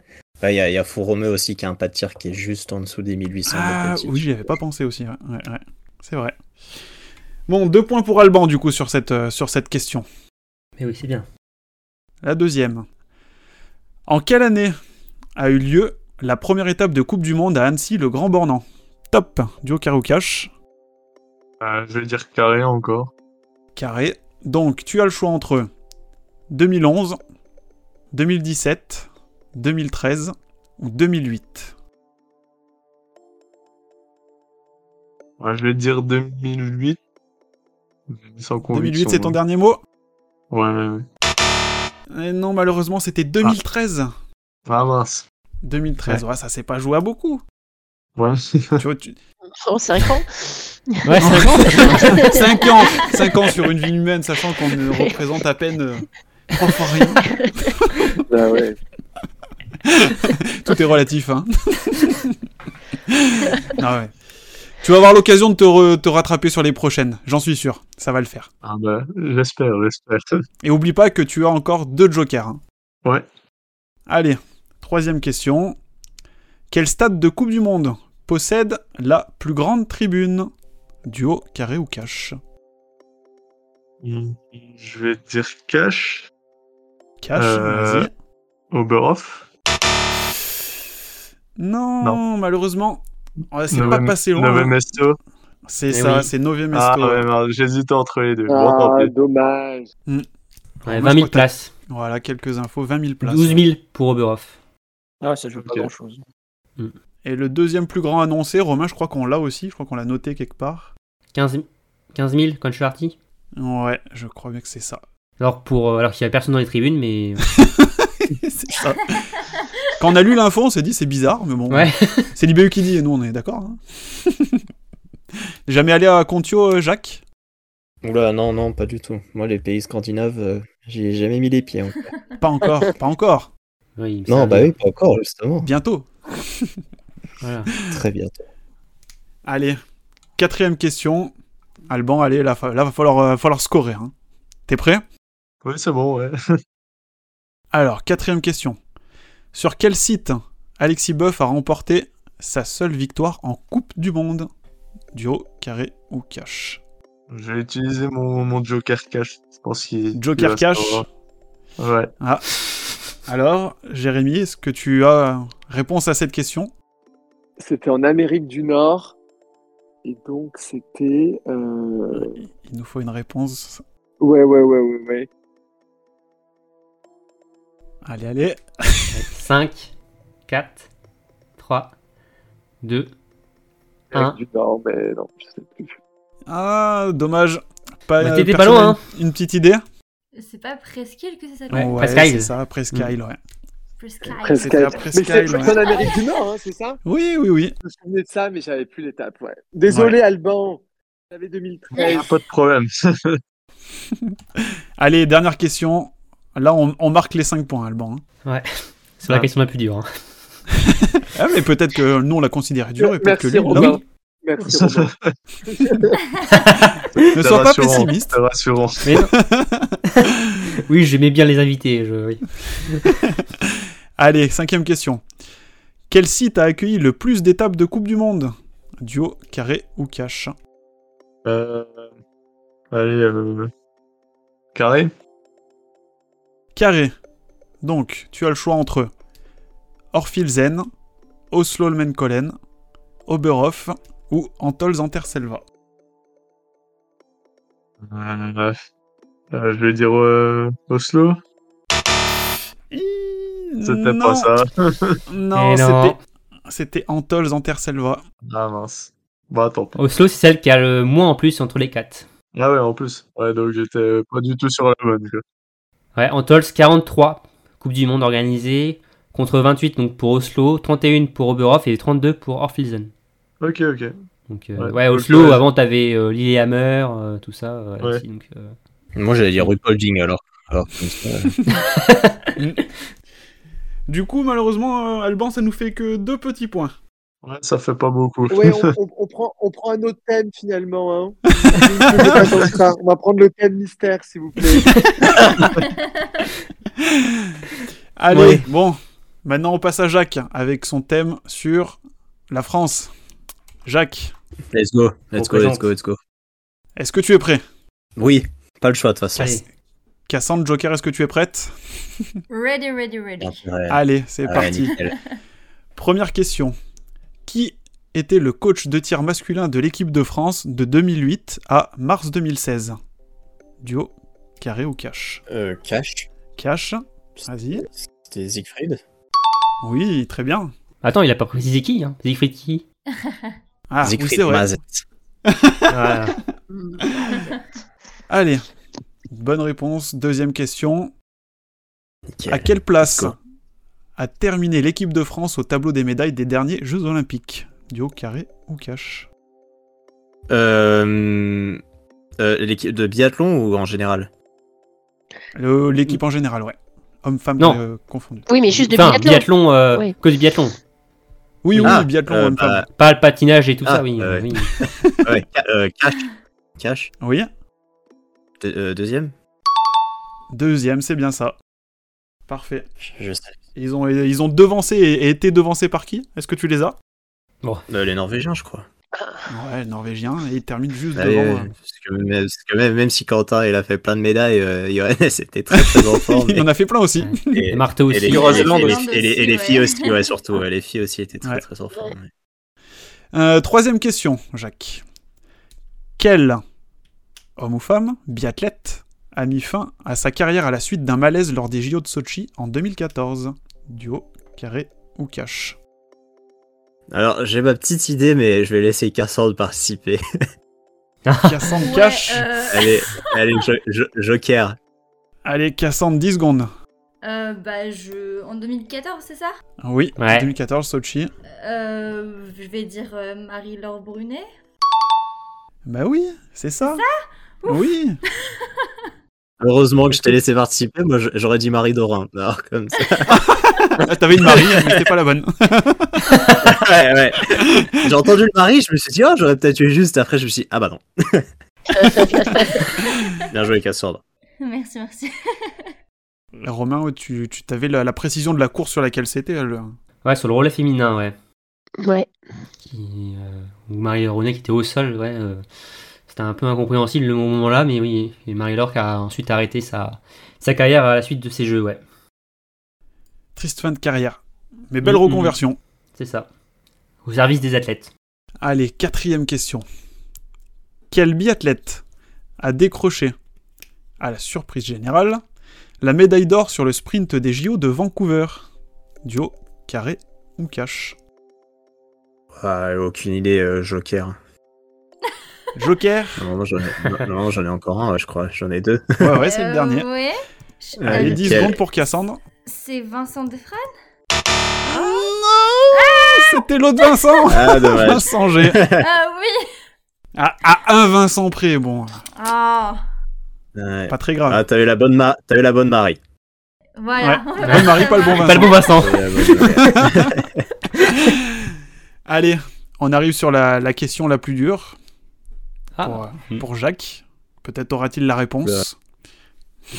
Bah, Il y a, il y a Fouromeux aussi qui a un pas de tir qui est juste en dessous des 1800 mètres
Ah
d'altitude.
oui, j'y avais pas pensé aussi, ouais, ouais, ouais. c'est vrai. Bon, deux points pour Alban, du coup, sur cette, euh, sur cette question.
Mais oui, c'est bien.
La deuxième. En quelle année a eu lieu la première étape de Coupe du Monde à Annecy, le Grand Bornand Top, duo Caroucache.
Euh, je vais dire carré encore.
Carré. Donc, tu as le choix entre 2011, 2017, 2013 ou 2008.
Ouais, Ah, je vais dire 2008. Sans conviction.
2008, c'est ton
ouais.
dernier mot
Ouais, ouais, ouais.
Eh Non, malheureusement, c'était 2013.
Ah mince.
2013, ouais. ça s'est pas joué à beaucoup.
Ouais.
Tu vois, tu-
Oh, 5 ans.
Ouais, cinq ans. Cinq ans. Cinq ans sur une vie humaine, sachant qu'on ne représente à peine euh, trois fois rien.
Bah ouais.
Tout est relatif, hein. Ah ouais. Tu vas avoir l'occasion de te, re- te rattraper sur les prochaines, j'en suis sûr. Ça va le faire.
Ah bah, j'espère, j'espère.
Et oublie pas que tu as encore deux jokers. hein.
Ouais.
Allez, troisième question. Quel stade de Coupe du Monde possède la plus grande tribune Duo, carré ou cash
Mm, Je vais dire cash.
Cash,
Euh,
vas-y.
Oberhof.
Non,
Non.
malheureusement, Ouais, c'est pas passé loin.
Nove Mesto.
Eh
C'est ça, c'est Nove Mesto.
Ah ouais, merde, j'hésitais entre les deux. Bon, tant
Ah,
pis.
dommage.
Hmm. Moi,
Ouais,
je
20 000
crois que t'as-
places.
Voilà, quelques infos. 20 000 places.
12 000 pour Oberhof.
Ah, ça joue pas grand chose.
Et le deuxième plus grand annoncé, Romain, je crois qu'on l'a aussi. Je crois qu'on l'a noté quelque part.
15 000, 15 000 quand je suis parti.
Ouais, je crois bien que c'est ça.
Alors, pour, euh, alors qu'il y a personne dans les tribunes, mais.
c'est ça. Quand on a lu l'info, on s'est dit c'est bizarre, mais bon.
Ouais.
C'est l'IBU qui dit, et nous on est d'accord. hein. Jamais allé à Contio, euh, Jacques
Oula, non, non, pas du tout. Moi, les pays scandinaves, euh, j'y ai jamais mis les pieds. encore.
Pas encore, pas encore.
non, bah oui, pas encore, justement.
Bientôt.
Très bientôt.
Allez, quatrième question. Alban, allez, là, fa- là va falloir, euh, falloir scorer. hein. T'es prêt
Oui, c'est bon, ouais.
Alors, quatrième question. Sur quel site Alexis Boeuf a remporté sa seule victoire en Coupe du Monde Duo, carré ou cash
J'ai utilisé mon, mon Joker Cash. Je pense qu'il.
Joker
qu'il va
cash
savoir. Ouais.
Ah. Alors, Jérémy, est-ce que tu as réponse à cette question
C'était en Amérique du Nord. Et donc, c'était. euh,
Il nous faut une réponse.
Ouais, ouais, ouais, ouais, ouais.
Allez, allez.
5, 4, 3, 2,
Amérique
Hein
Un.
du Nord, mais non, je sais plus.
Ah, dommage. Pas,
Bah, t'étais
personne
pas loin,
a
hein.
Une une petite idée
C'est pas Presqu'île que ça
Ouais,
s'appelle
Presque Isle. Mm.
c'est ça, Presque Isle, ouais.
Presqu'île.
Ah,
C'était à Presque
Mais c'est
Isle, ouais.
c'est en Amérique du Nord, hein, c'est ça
Oui, oui, oui.
Je me souvenais de ça, mais j'avais plus l'étape, ouais. Désolé, Alban. J'avais 2013.
Ah, Pas de problème.
Allez, dernière question. Là, on, on marque les 5 points, Alban. hein.
Ouais. C'est la
Ah.
question la plus dure. hein.
Ah, mais peut-être que nous, on la considère dure et peut-être que
Merci,
lui,
Robin.
non.
Merci, Robin.
Ne
C'est
sois pas
rassurant,
pessimiste.
c'est rassurant.
Mais non. oui, j'aimais bien les invités. Je... oui.
Allez, cinquième question. Quel site a accueilli le plus d'étapes de Coupe du Monde Duo, carré ou cash
Euh, Allez, euh... carré
Carré. Donc, tu as le choix entre Orfilzen, Oslo Menkollen, Oberhof ou Antols Anterselva.
Euh, euh, Je vais dire euh, Oslo. C'était
non.
pas ça.
Non,
Eh non.
c'était- c'était Antols Anterselva.
ah mince. Bah tant pis.
Oslo, c'est celle qui a le moins en plus entre les 4.
Ah ouais, en plus. Ouais, donc j'étais pas du tout sur la bonne. quoi.
Ouais, Antols, 43. Coupe du Monde organisée. Contre 28 donc pour Oslo, 31 pour Oberhof et 32 pour Orfilsen.
Ok, ok.
Donc, euh,
Ouais,
ouais,
donc,
Oslo,
ouais.
avant t'avais euh, Lillehammer, euh, tout ça. euh,
Ouais.
aussi, donc, euh,
Moi, j'allais dire Rupolding alors. alors comme ça, euh,
Du coup, malheureusement, euh, Alban, ça nous fait que deux petits points.
Ouais, ça fait pas beaucoup.
Ouais, on, on- on prend, on prend un autre thème finalement. Hein. Je vais pas sur ça. on va prendre le thème mystère, s'il vous plaît.
Allez,
Ouais.
bon, maintenant on passe à Jacques avec son thème sur la France. Jacques,
Let's go, let's go, let's
présente.
go, let's go.
est-ce que tu es prêt
Oui, pas le choix de toute façon.
Allez.
Cassandre Joker, est-ce que tu es prête
Ready, ready, ready.
Allez, c'est
Ah ouais,
parti.
nickel.
Première question. Qui était le coach de tir masculin de l'équipe de France de 2008 à mars 2016 Duo, carré ou cash
Euh, cash,
Cash, vas-y.
c'était Siegfried.
Oui, très bien.
Attends, il a pas précisé qui hein Siegfried qui
Ah, oui,
Siegfried
c'est vrai.
Mazet.
Voilà.
Allez, bonne réponse. Deuxième question.
Nickel.
À quelle place
Let's go.
a terminé l'équipe de France au tableau des médailles des derniers Jeux Olympiques Duo, carré ou cash
Euh, euh, L'équipe de biathlon ou en général
Le- L'équipe en général, ouais. Hommes-femmes
Non.
euh, confondus.
Oui, mais juste de
Enfin,
biathlon.
biathlon, euh,
Oui.
que du biathlon.
Oui, oui,
Ah,
biathlon,
euh,
hommes-femmes.
Pas le patinage et tout
Ah,
ça, oui.
euh,
oui.
bah, ouais, ca- euh, cash. Cash,
Oui,
de- euh, deuxième
deuxième, c'est bien ça. Parfait.
Je sais.
Ils ont, ils ont devancé et et été devancés par qui Est-ce que tu les as
Euh, les Norvégiens, je crois. Bah,
Ouais, le Norvégien, et ils terminent juste
Ouais,
devant.
ouais,
euh,
parce que même, parce que même, même si Quentin il a fait plein de médailles, euh, Johannes était très très en forme.
Il en a fait plein aussi.
et,
Et Marteau
et
aussi.
les,
Et
et les- et les-
Irlande
et les- et les
aussi,
filles
ouais.
aussi, ouais, surtout. ouais, les filles aussi étaient très
Ouais.
très en forme. ouais.
Euh, troisième question, Jacques. Quel homme ou femme, biathlète, a mis fin à sa carrière à la suite d'un malaise lors des JO de Sochi en 2014 Duo, carré ou cash
Alors, j'ai ma petite idée, mais je vais laisser Cassandre participer.
Cassandre cash
euh,
Allez, allez jo- jo- Joker.
Allez, Cassandre, 10 secondes.
Euh, bah, je. En 2014, c'est ça
Oui, 2014, Sochi.
Euh, je vais dire euh, Marie-Laure Brunet.
Bah oui, c'est ça. oui.
Heureusement que je t'ai laissé participer, moi je- j'aurais dit Marie Dorin. Alors, comme ça.
Ah, T'avais une Marie, mais c'était pas la bonne.
ouais, ouais. J'ai entendu le mari, je me suis dit, oh, j'aurais peut-être eu juste. Après, je me suis dit, ah bah non.
Euh,
Bien joué, Cassandre.
merci, merci.
Romain, tu tu t'avais la, la précision de la course sur laquelle c'était. le-
Ouais, sur le relais féminin, ouais.
Ouais.
Qui, euh, où Marie Ronet qui était au sol, ouais. euh, c'était un peu incompréhensible le moment là, mais oui. Et Marie-Laure qui a ensuite arrêté sa, sa carrière à la suite de ces jeux, ouais.
Triste fin de carrière. Mais belle
Mhm.
reconversion.
C'est ça. Au service des athlètes.
Allez, quatrième question. Quel biathlète a décroché, à la surprise générale, la médaille d'or sur le sprint des JO de Vancouver Duo, carré ou cash
Ah, aucune idée, euh, Joker.
Joker
Non, non, j'en ai, non, non, j'en ai encore un, ouais, je crois. J'en ai deux.
Ouais, ouais, c'est
Euh,
le dernier.
Ouais. Je-
Allez,
Euh,
10
quel-
secondes pour Cassandre.
C'est Vincent Defran
Ah C'était l'autre Vincent
Ah, dommage.
Vincent G.
Ah oui
À, à un Vincent près, bon.
Ah
Pas
très grave.
Ah, t'as eu la bonne, ma... t'as eu la bonne Marie.
Voilà.
Ouais. Bonne Marie, pas le bon Vincent.
Pas le bon Vincent.
Allez, on arrive sur la, la question la plus dure.
Ah.
Pour, euh, pour Jacques. Peut-être aura-t-il la réponse.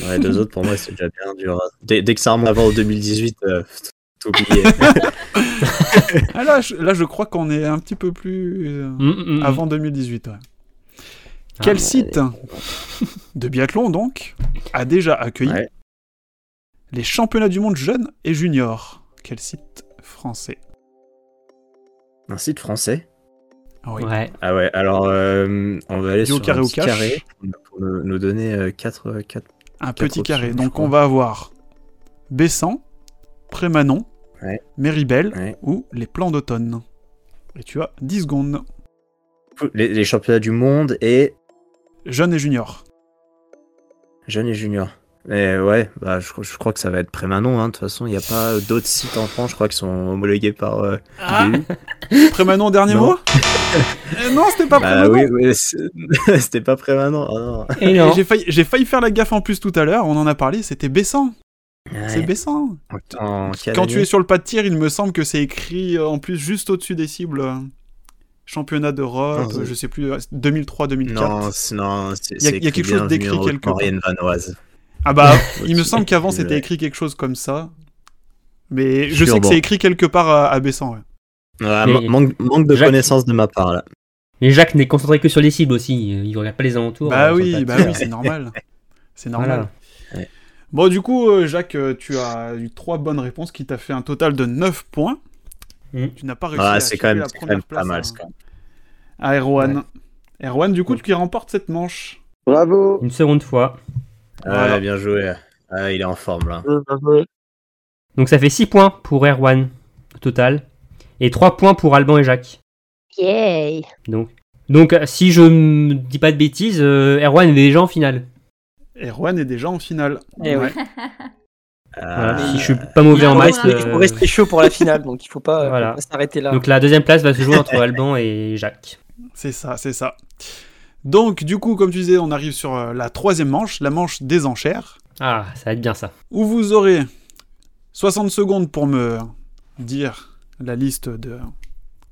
Ouais, deux autres pour moi, c'est déjà bien dur. Dès, dès que ça remonte avant 2018, euh, tout oublié.
Ah, là, je, là, je crois qu'on est un petit peu plus euh,
Mm, mm, mm.
avant 2018. ouais. Quel
bon,
site de biathlon, donc, a déjà accueilli les championnats du monde jeunes et juniors Quel site français
un site français
Ah oui.
Ouais.
Ah ouais, alors euh, on va aller
Duo
sur
carré
un
ou
petit
cash
carré pour nous, nous donner 4, 4
Un
Quatre
petit
options,
carré.
je
Donc
crois.
on va avoir Bessan, Prémanon, Méribel ou les plans d'automne. Et tu as 10 secondes.
les, les championnats du monde et
Jeune et junior.
jeunes et juniors. Mais ouais, bah, je, je crois que ça va être Prémanon. hein. De toute façon, il n'y a pas d'autres sites en France, je crois, qui sont homologués par. euh, l'IBU.
Prémanon, dernier
Non.
mot Euh, Non, c'était pas
Bah
Prémanon.
oui, mais c'est- c'était pas Prémanon. oh non.
Et J'ai failli, j'ai failli faire la gaffe en plus tout à l'heure, on en a parlé, c'était Bessan. C'est Bessan.
En quelle
Quand tu
année
es sur le pas de tir, il me semble que c'est écrit euh, en plus juste au-dessus des cibles. euh, Championnat d'Europe,
Ah,
euh,
oui.
je sais plus, euh, 2003-2004.
Non, c'est- non, c'est
Il y a-
c'est
il y a quelque
bien
chose d'écrit
venu en
quelque part.
Haute-Maurienne vanoise.
Ah bah, il me semble qu'avant
Ouais.
c'était écrit quelque chose comme ça. Mais je sais
Sûrement.
que c'est écrit quelque part à, à Bessan. ouais.
Ouais,
Mais-
man- manque, manque de
Jacques-
connaissances de ma part là.
Mais Jacques n'est concentré que sur les cibles aussi. euh, Il regarde pas les alentours.
Bah
euh, sur
oui,
le
bah
papier.
oui, c'est normal. C'est normal.
Voilà.
Bon, du coup, euh, Jacques, euh, tu as eu trois bonnes réponses qui t'a fait un total de 9 points.
Mm.
Tu n'as pas réussi
Ah,
à
c'est
choper
quand même,
la
c'est quand même
première place hein.
pas mal.
à-
c'est quand même.
à Erwan. Erwan, du coup, tu remportes cette manche.
Bravo.
Une seconde fois.
Ah,
Voilà.
bien joué. Ah, il est en forme là.
Donc ça fait 6 points pour Erwan au total. Et 3 points pour Alban et Jacques.
Yay
Donc, donc euh, si je ne dis pas de bêtises, euh, Erwan est déjà en finale.
Erwan est déjà en finale.
Eh oui.
Ah.
Ah,
Voilà,
Mais
si
il-
je suis pas mauvais
il
en
faut
maths.
rester- Il faut
euh,
rester chaud pour la finale, donc il faut pas, faut
voilà.
pas s'arrêter là.
Donc la deuxième place va se jouer entre Alban et Jacques.
C'est ça, c'est ça. Donc, du coup, comme tu disais, on arrive sur euh, la troisième manche, la manche des enchères.
Ah, ça va être bien ça.
où vous aurez 60 secondes pour me dire la liste de,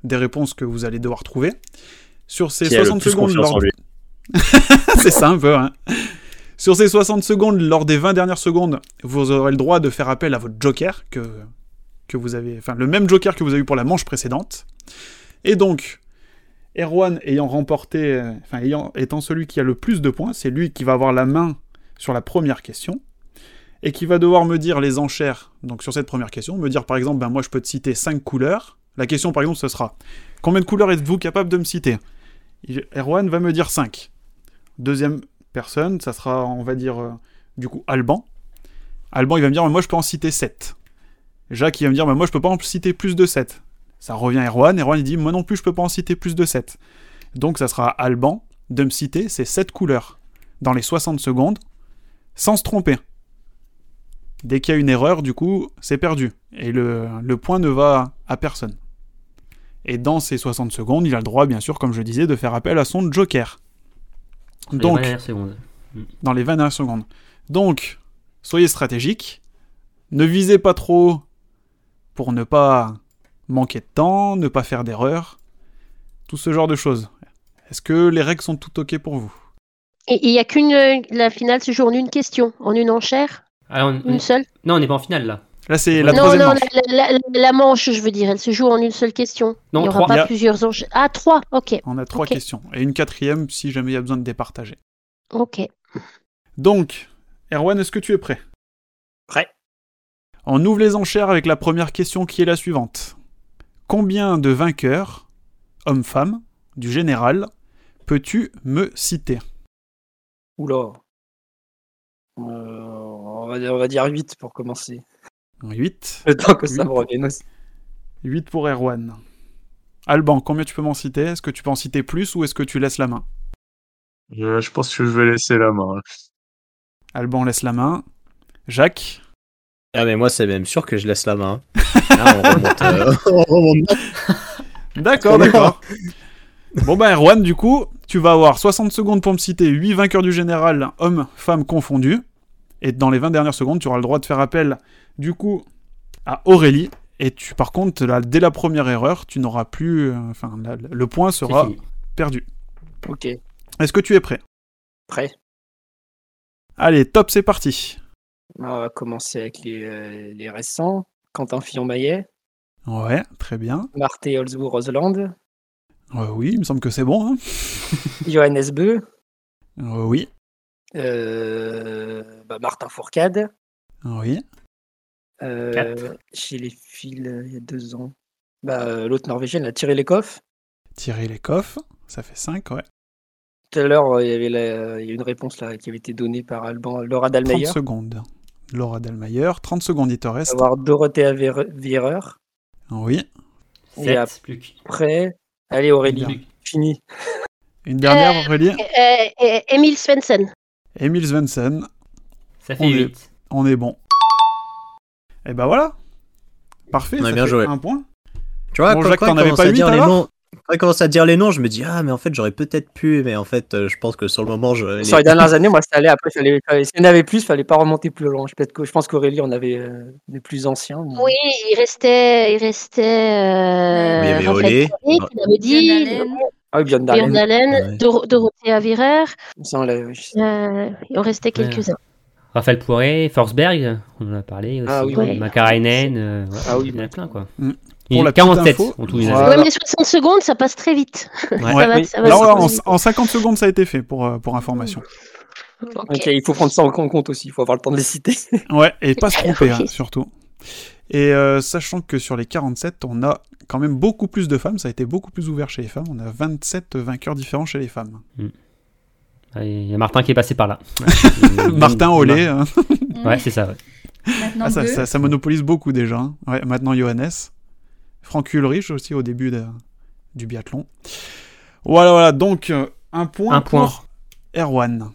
des réponses que vous allez devoir trouver. Sur ces
Qui a le
60
plus
secondes
confiance en
lors...
lui.
C'est ça un peu. hein. Sur ces 60 secondes, lors des 20 dernières secondes, vous aurez le droit de faire appel à votre joker que, que vous avez, enfin le même joker que vous avez eu pour la manche précédente. Et donc, Erwan ayant remporté, euh, enfin ayant, étant celui qui a le plus de points, c'est lui qui va avoir la main sur la première question et qui va devoir me dire les enchères. Donc sur cette première question, me dire par exemple, ben moi je peux te citer 5 couleurs. La question, par exemple, ce sera Combien de couleurs êtes-vous capable de me citer Il- Erwan va me dire 5. Deuxième personne, ça sera, on va dire, euh, du coup, Alban. Alban, il va me dire Moi, je peux en citer 7. Jacques, il va me dire Moi, je peux pas en citer plus de 7. Ça revient à Erwan. Erwan, il dit Moi non plus, je peux pas en citer plus de 7. Donc, ça sera à Alban de me citer ces 7 couleurs dans les 60 secondes sans se tromper. Dès qu'il y a une erreur, du coup, c'est perdu. Et le, le point ne va à personne. Et dans ces 60 secondes, il a le droit, bien sûr, comme je disais, de faire appel à son joker.
Les
Donc,
20 dernières secondes.
dans les 20 dernières secondes. Donc, soyez stratégique. Ne visez pas trop pour ne pas manquer de temps, ne pas faire d'erreurs. Tout ce genre de choses. Est-ce que les règles sont toutes OK pour vous
Et il n'y a qu'une. euh, La finale se joue en une question, en une enchère
Ah, on-
Une
on-
seule
Non, on n'est pas en finale là.
Là, c'est
non, non, la, la- la- la manche, je veux dire, elle se joue en une seule question.
Non,
il n'y aura
trois. Il y
pas
a-
plusieurs enchères. Ah, trois, ok.
On a trois
Ok.
questions. Et une quatrième si jamais il y a besoin de départager.
Ok. Euh,
Donc, Erwan, est-ce que tu es prêt
Prêt.
On ouvre les enchères avec la première question qui est la suivante. Combien de vainqueurs, hommes-femmes, du général, peux-tu me citer
Oula. Euh, on, va, on va dire 8 pour commencer.
8.
Le temps que ça me revienne aussi.
8 pour Erwan. Alban, combien tu peux m'en citer Est-ce que tu peux en citer plus ou est-ce que tu laisses la main
Je, je pense que je vais laisser la main.
Alban laisse la main. Jacques
Ah mais moi c'est même sûr que je laisse la main. Là, on remonte, euh, on remonte.
D'accord, d'accord. Bon bah Erwan, du coup, tu vas avoir 60 secondes pour me citer 8 vainqueurs du général, hommes, femmes confondus. Et dans les 20 dernières secondes, tu auras le droit de faire appel, du coup, à Aurélie. Et tu, par contre, là, dès la première erreur, tu n'auras plus... euh, Enfin, la- la- le point sera
fini.
perdu.
Ok,
Est-ce que tu es prêt
prêt.
Allez, top, c'est parti.
On va commencer avec les, euh, les récents. Quentin Fillon-Maillet,
Ouais, très bien.
Marthe Holzbourg-Roseland,
Euh, oui, il me semble que c'est bon. hein.
Johannes Beu,
Euh, oui,
euh, bah, Martin Fourcade.
oui.
euh,
Quatre.
chez les fils, euh, il y a deux ans. Bah, euh, L'autre norvégienne a tiré les coffres.
Tirer les coffres, ça fait 5, ouais.
Tout à l'heure, euh, il y avait la- il y a une réponse là, qui avait été donnée par Alban, Laura
30
Dalmayer.
secondes. Laura Delmayer, 30 secondes, il te reste.
avoir Dorothea Vier- Vierer.
Oui.
Et
Sept,
après, allez Aurélie, fini.
Une dernière, Aurélie.
Euh, euh, Emile Svensson.
Emil Svensson.
Ça
fait
on Est,
huit.
on est bon. Et ben voilà. Parfait.
On a
ça
bien
fait
joué.
Un point.
Tu vois,
Bon,
quand,
Jacques,
quand
t'en
il
avais
commence
pas
à
huit,
dire les
alors
noms, quand il commence à dire les noms, je me dis ah mais en fait j'aurais peut-être pu, mais en fait euh, je pense que sur le moment je.
Sur les dernières années, moi, ça allait. Après, fallait, fallait- s'il y en avait plus, fallait pas remonter plus loin. Je, peut-être que- je pense qu'Aurélie, on avait euh, les plus anciens.
Mmh.
mais-
Oui, il restait. Il restait euh,
Oui, il y avait
Raphaël
Olé.
Corrie, qui l'avait dit.
Ah oui, Björn
Björn
Dalen.
Dalen, Dor- Dorothea Virer.
Ça, on l'avait- oui.
euh, il en restait
Ouais.
quelques-uns.
Raphaël Poiré, Forsberg, on en a parlé aussi.
Ah oui, oui.
Makarainen, euh, ouais,
Ah oui.
il y en a plein quoi.
Mm.
Il y
Pour
en a
la petite
47
info,
en tout. il y en a.
Voilà.
Ouais, mais les 60 secondes, ça passe très vite. ça
Ouais.
va,
Oui.
ça va
Là,
très
en,
vite.
en 50 secondes, ça a été fait pour, euh, pour information.
Ok, il faut prendre ça en compte aussi. Il faut avoir le temps de les citer.
Ouais, et pas se tromper, hein, surtout. Et euh, sachant que sur les 47, on a quand même beaucoup plus de femmes. Ça a été beaucoup plus ouvert chez les femmes. On a 27 vainqueurs différents chez les femmes.
Ah, Il y a Martin qui est passé par là.
Mmh.
Martin Olé. hein.
Ouais, c'est ça. ouais.
Maintenant,
Ah, ça,
deux.
ça- ça monopolise beaucoup déjà. hein. Ouais, maintenant Johannes. Franck Ulrich aussi au début de- du biathlon. Voilà, voilà. Donc, euh, un point,
Un point.
pour Erwan.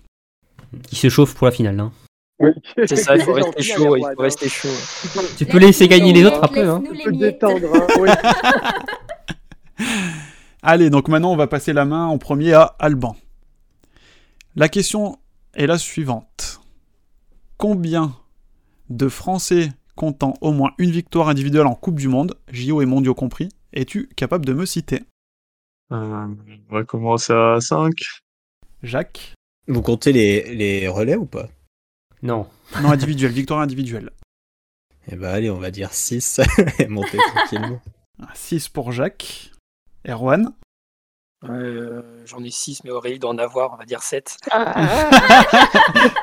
Il se chauffe pour la finale. hein.
C'est ça, il faut rester chaud. Il faut rester chaud.
Tu peux laisser gagner les autres après. Hein.
Peut détendre, hein, oui.
Allez, donc maintenant, on va passer la main en premier à Alban. La question est la suivante. Combien de Français comptant au moins une victoire individuelle en Coupe du Monde, JO et mondiaux compris, es-tu capable de me citer
Euh, on va commencer à 5.
Jacques
Vous comptez les, les relais ou pas
Non.
Non, individuel, victoire individuelle.
Eh bah allez, on va dire 6 et monter tranquillement.
6 pour Jacques. Erwan
Euh, J'en ai 6, mais Aurélie doit en avoir, on va dire 7.
Ah,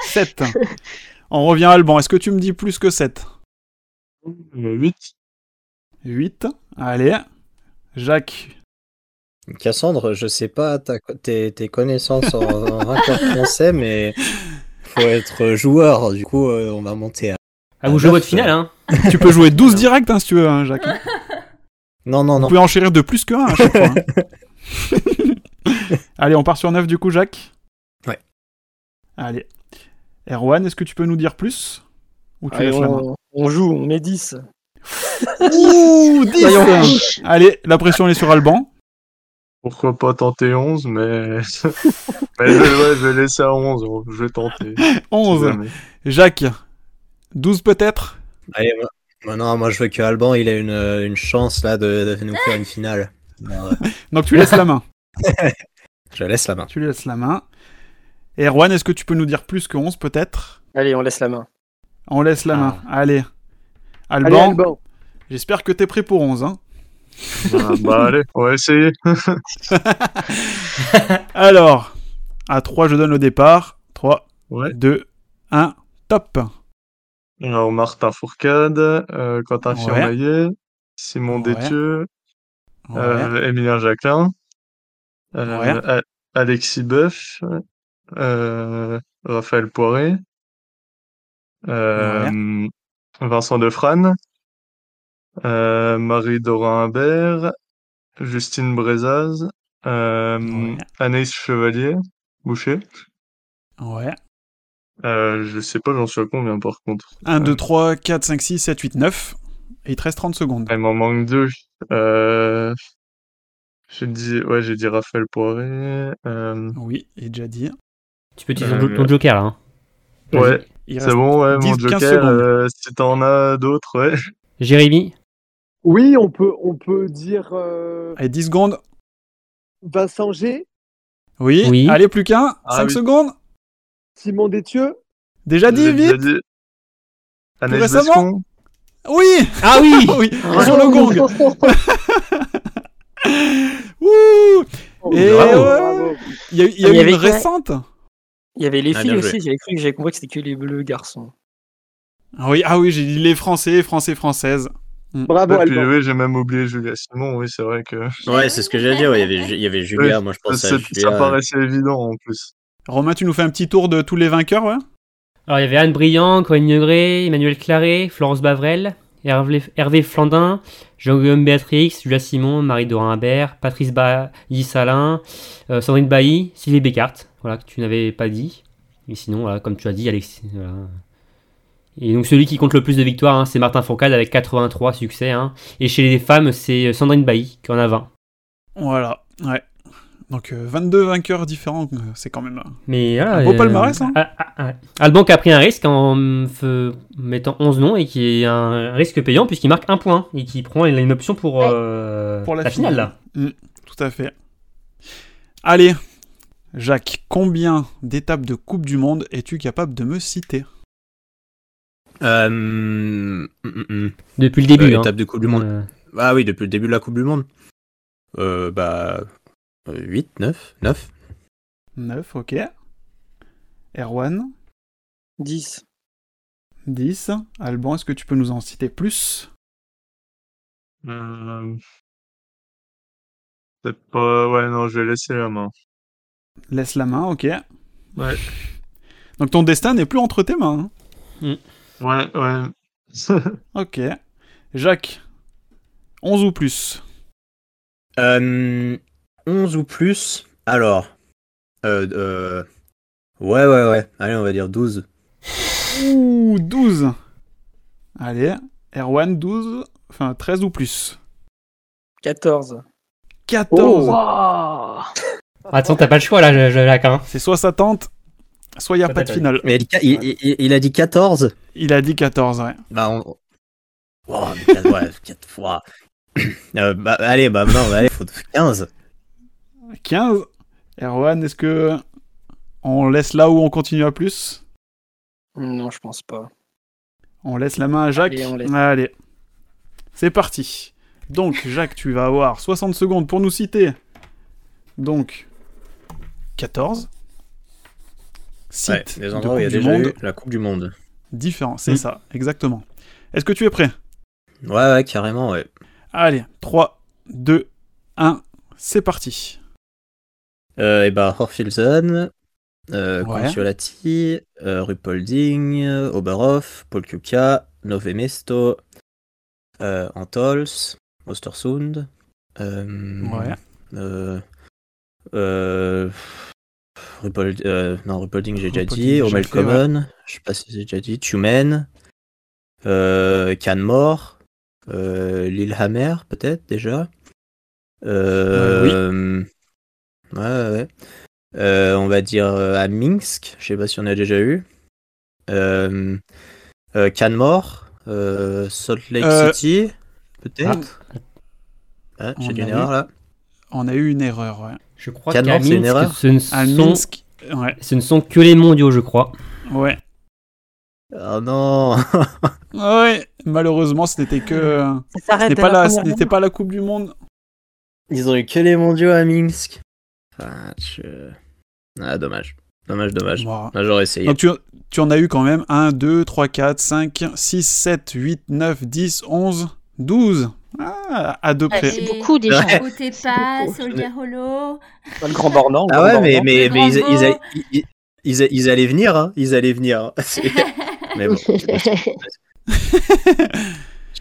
7. On revient à Alban. Est-ce que tu me
euh,
dis plus que 7
8.
8. Allez. Jacques.
Cassandre, je sais pas ta- tes, tes connaissances en, en raccord français, mais faut être joueur. Du coup, euh, on va monter à.
Ah, vous jouez votre finale, hein
Tu peux jouer 12 directs hein, si tu veux, hein, Jacques.
Non, non,
Vous
non.
pouvez enchérir de plus que 1 à chaque fois. hein. Allez, on part sur 9 du coup, Jacques
Ouais.
Allez. Erwan, est-ce que tu peux nous dire plus Ou tu
Allez,
lèves la main
on, on joue, on met 10.
Ouh, 10
Soyons
Allez, la pression elle est sur Alban.
Pourquoi pas tenter 11, mais. mais je, ouais, je vais laisser à 11, oh, je vais tenter.
11.
jamais.
Jacques, 12 peut-être
Allez, moi- moi, non, moi je veux que Alban il ait une, euh, une chance là de, de nous faire une finale. Alors, euh,
Donc tu laisses la main.
je laisse la main.
Tu laisses la main. Erwan, est-ce que tu peux nous dire plus que 11 peut-être
Allez, on laisse la main.
On laisse la main. Allez. Alban,
Ah. Allez, Alban.
j'espère que t'es prêt pour 11. Hein.
Ah, bah allez, on va essayer.
Alors, à 3, je donne le départ. 3, 2, 1, top.
Alors, Martin Fourcade, euh, Quentin
Ouais.
Firmaillet, Simon
Ouais.
Détieux, euh, Émilien Jacquelin, euh,
Ouais.
A- Alexis Boeuf, euh, Raphaël Poiré, euh, Vincent Defrane, euh, Marie-Dorin Imbert, Justine Brezaz, euh, Anaïs Chevalier, Boucher.
Ouais.
Euh, je sais pas, j'en suis à combien par contre.
Euh.
1, 2, 3, 4, 5, 6, 7, 8, 9. Et il te reste 30 secondes.
Il m'en manque deux. Euh... J'ai dit, ouais, j'ai dit Raphaël Poiré. euh,
Oui, il est déjà dit.
Tu peux
utiliser ton- ton
Ton joker, là. Hein.
Ouais,
Il
c'est
reste
bon, ouais,
10,
mon
15
joker,
secondes.
euh, si t'en as d'autres, ouais.
Jérémy
Oui, on peut, on peut dire euh,
Allez, 10 secondes.
Vincent G,
Oui.
Oui.
Allez, plus qu'un.
Ah
5
oui.
secondes.
Simon Détieux.
Déjà dit,
J'ai déjà
vite.
dit Anaïs
récemment
Bescon.
Oui.
Ah oui
Oui. Sur le gong. Ouh. Et
bravo.
ouais. Il y a eu, il y a
Ah, il y
eu
avait
une
quoi
récente.
Il y avait les
Ah,
filles
bien
aussi,
joué.
j'avais cru que j'avais compris que c'était que les bleus garçons.
Ah oui, ah oui, j'ai dit les Français, Français, Françaises. Hmm.
Ah
Ouais, puis, oui, j'ai même oublié Julia Simon, oui, c'est vrai que.
Ouais, c'est ce que j'allais dire. ouais, Il y avait, Ju- il y avait Julia,
Ouais,
moi je
Oh,
pense
c'est- Ça
à Julia.
paraissait évident en plus.
Romain, tu nous fais un petit tour de tous les vainqueurs, ouais
Alors, il y avait Anne Briand, Corinne Negré, Emmanuel Claré, Florence Bavrel, Hervé, Hervé Flandin, Jean-Guillaume Béatrix, Julia Simon, Marie-Dorin Imbert, Patrice Bailly-Salin, euh, Sandrine Bailly, Sylvie Bécart, voilà, que tu n'avais pas dit. Mais sinon, voilà, comme tu as dit, Alexis. voilà. Et donc, celui qui compte le plus de victoires, hein, c'est Martin Fourcade avec 83 succès. hein. Et chez les femmes, c'est euh, Sandrine Bailly qui en a 20.
Voilà, ouais. Donc euh, 22 vainqueurs différents, euh, c'est quand même un
Mais voilà,
un beau
euh,
palmarès. Hein.
ah, ah, ah. Alban qui a pris un risque en mm, fe- mettant 11 noms et qui est un risque payant puisqu'il marque un point et qui prend il a une option pour, euh,
Pour la,
finale. là.
Mm, tout à fait. Allez, Jacques, combien d'étapes de Coupe du Monde es-tu capable de me citer
Euh, mm, mm, mm.
Depuis le début.
Euh,
hein.
étape de Coupe du Monde.
Euh,
Ah oui, depuis le début de la Coupe du Monde. Euh, bah. 8, 9, 9.
9, ok. Erwan,
10.
10. Alban, est-ce que tu peux nous en citer plus
Euh, C'est pas. Ouais, non, je vais laisser la main.
Laisse la main, ok.
Ouais.
Donc ton destin n'est plus entre tes mains.
Ouais, ouais.
hein. Ok. Jacques, 11 ou plus
Euh, 11 ou plus. Alors. Euh, euh, Ouais, ouais, ouais. Allez, on va dire 12.
Ouh, 12. Allez, Erwan, 12. Enfin, 13 ou plus.
14.
14.
Oh,
Attends, t'as pas le choix là, je- je- Jacques. hein.
C'est soit ça tente, soit il n'y a pas de finale.
Mais il, il- il- il a dit 14.
Il a dit 14, ouais.
Bah, on. Oh, mais quatre- ouais, 4 fois. Euh, bah, allez, bah, non, bah, allez, faut 15.
15. Erwan, est-ce que on laisse là où on continue à plus
Non, je pense pas.
On laisse la main à Jacques
Allez, on laisse.
Allez. C'est parti. Donc, Jacques, tu vas avoir 60 secondes pour nous citer. Donc, 14.
Ouais,
Cite
des
de
endroits où il y a
Coupe du
déjà
Monde
eu la Coupe du Monde.
différent, c'est
Mm.
ça, exactement. Est-ce que tu es prêt
Ouais, ouais, carrément, ouais.
Allez, 3, 2, 1, c'est parti.
Euh, et bah, Horfilson, euh,
Ouais.
Consolati, euh, Rupolding, euh, Oberhoff, Paul Kuka, Novemesto, euh, Antols, Ostersund. euh,
Ouais.
euh, euh, Rupold- euh, non, Rupolding, j'ai déjà
Rupolding,
dit.
j'ai
Romel
fait, ouais.
Common, je sais pas si j'ai déjà dit. Tumen, euh, Canmore, euh, Lillehammer, peut-être déjà. Euh, Ouais, ouais, ouais. Euh, on va dire euh, à Minsk, je sais pas si on a déjà eu. Euh, euh, Canmore, euh, Salt Lake
Euh, ah.
City, peut-être. Ouais,
On
j'ai dit
a
une
eu-
erreur là.
On a eu une erreur, ouais.
Je crois qu'à Minsk, ce ne, sont...
À Minsk,
ce ne sont que les mondiaux, je crois.
Ouais.
Oh non
Ouais, malheureusement, ce n'était que.
Ça s'arrête
ce n'est
à
pas
la
la- ce
première
n'était pas la Coupe du Monde.
Ils ont eu que les mondiaux à Minsk. Enfin, je- Ah, dommage. Dommage, dommage.
Bon.
Ah, J'aurais essayé.
Donc tu, tu en as eu quand même 1, 2, 3, 4, 5, 6, 7, 8, 9, 10, 11, 12. Ah, à deux près.
Et
beaucoup.
Otepas, Olga
Eh.
Holo.
Le grand bornant.
Ah ouais, mais,
Bordeaux.
mais,
Le
mais ils,
Bordeaux.
ils a- ils- ils- ils a- ils allaient venir, hein. Ils allaient venir. C'est- mais bon. je me suis- je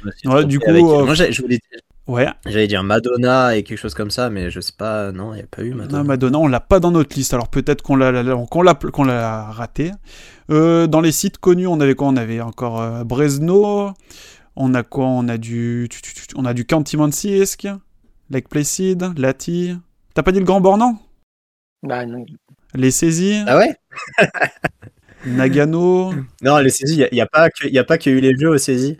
me suis
Ouais,
trompé
du coup,
avec-
euh,
Moi, j'ai- je voulais...
Ouais.
J'allais dire Madonna et quelque chose comme ça, mais je sais pas. Non, il n'y a pas eu Madonna.
Non, Madonna, on l'a pas dans notre liste, alors peut-être qu'on l'a, l'a- qu'on l'a, qu'on l'a raté. Euh, dans les sites connus, on avait quoi On avait encore euh, Bresno, on a quoi On a du, tu- tu- tu- on a du Cantimansisk, Lake Placid, Lati. T'as pas dit le Grand Bornand
Bah, non.
Les saisies
Ah ouais
Nagano.
Non, les saisies, il n'y a, y a pas que- y a pas qu'il y a eu les jeux aux saisies.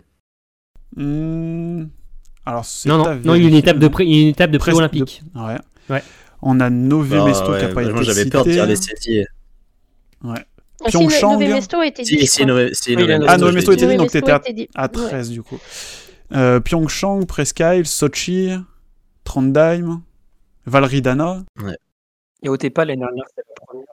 Hmm, Alors, c'est
Non,
à
non, non, il y a une
vérifier.
étape de pré, il y a une étape de
Presque
pré-olympique.
de- Ouais.
Ouais.
On a Nové
Ah
Mesto qui a
ouais,
pas été
moi, j'avais
cité.
peur de dire les saisies.
Ouais.
Ah, si,
Pyeongchang.
Nové Mesto était dit,
Si,
je
si,
crois.
Nové- si,
Ah,
Nové Mesto, je
Nové
l'ai
Mesto était
dit.
dit, donc
Nové Mesto
t'étais à,
était dit.
à 13 du coup. Euh, Pyeongchang, Presque Isle, Sochi, Trondheim, Valridana.
Et Otepa l'année dernière, c'était la première.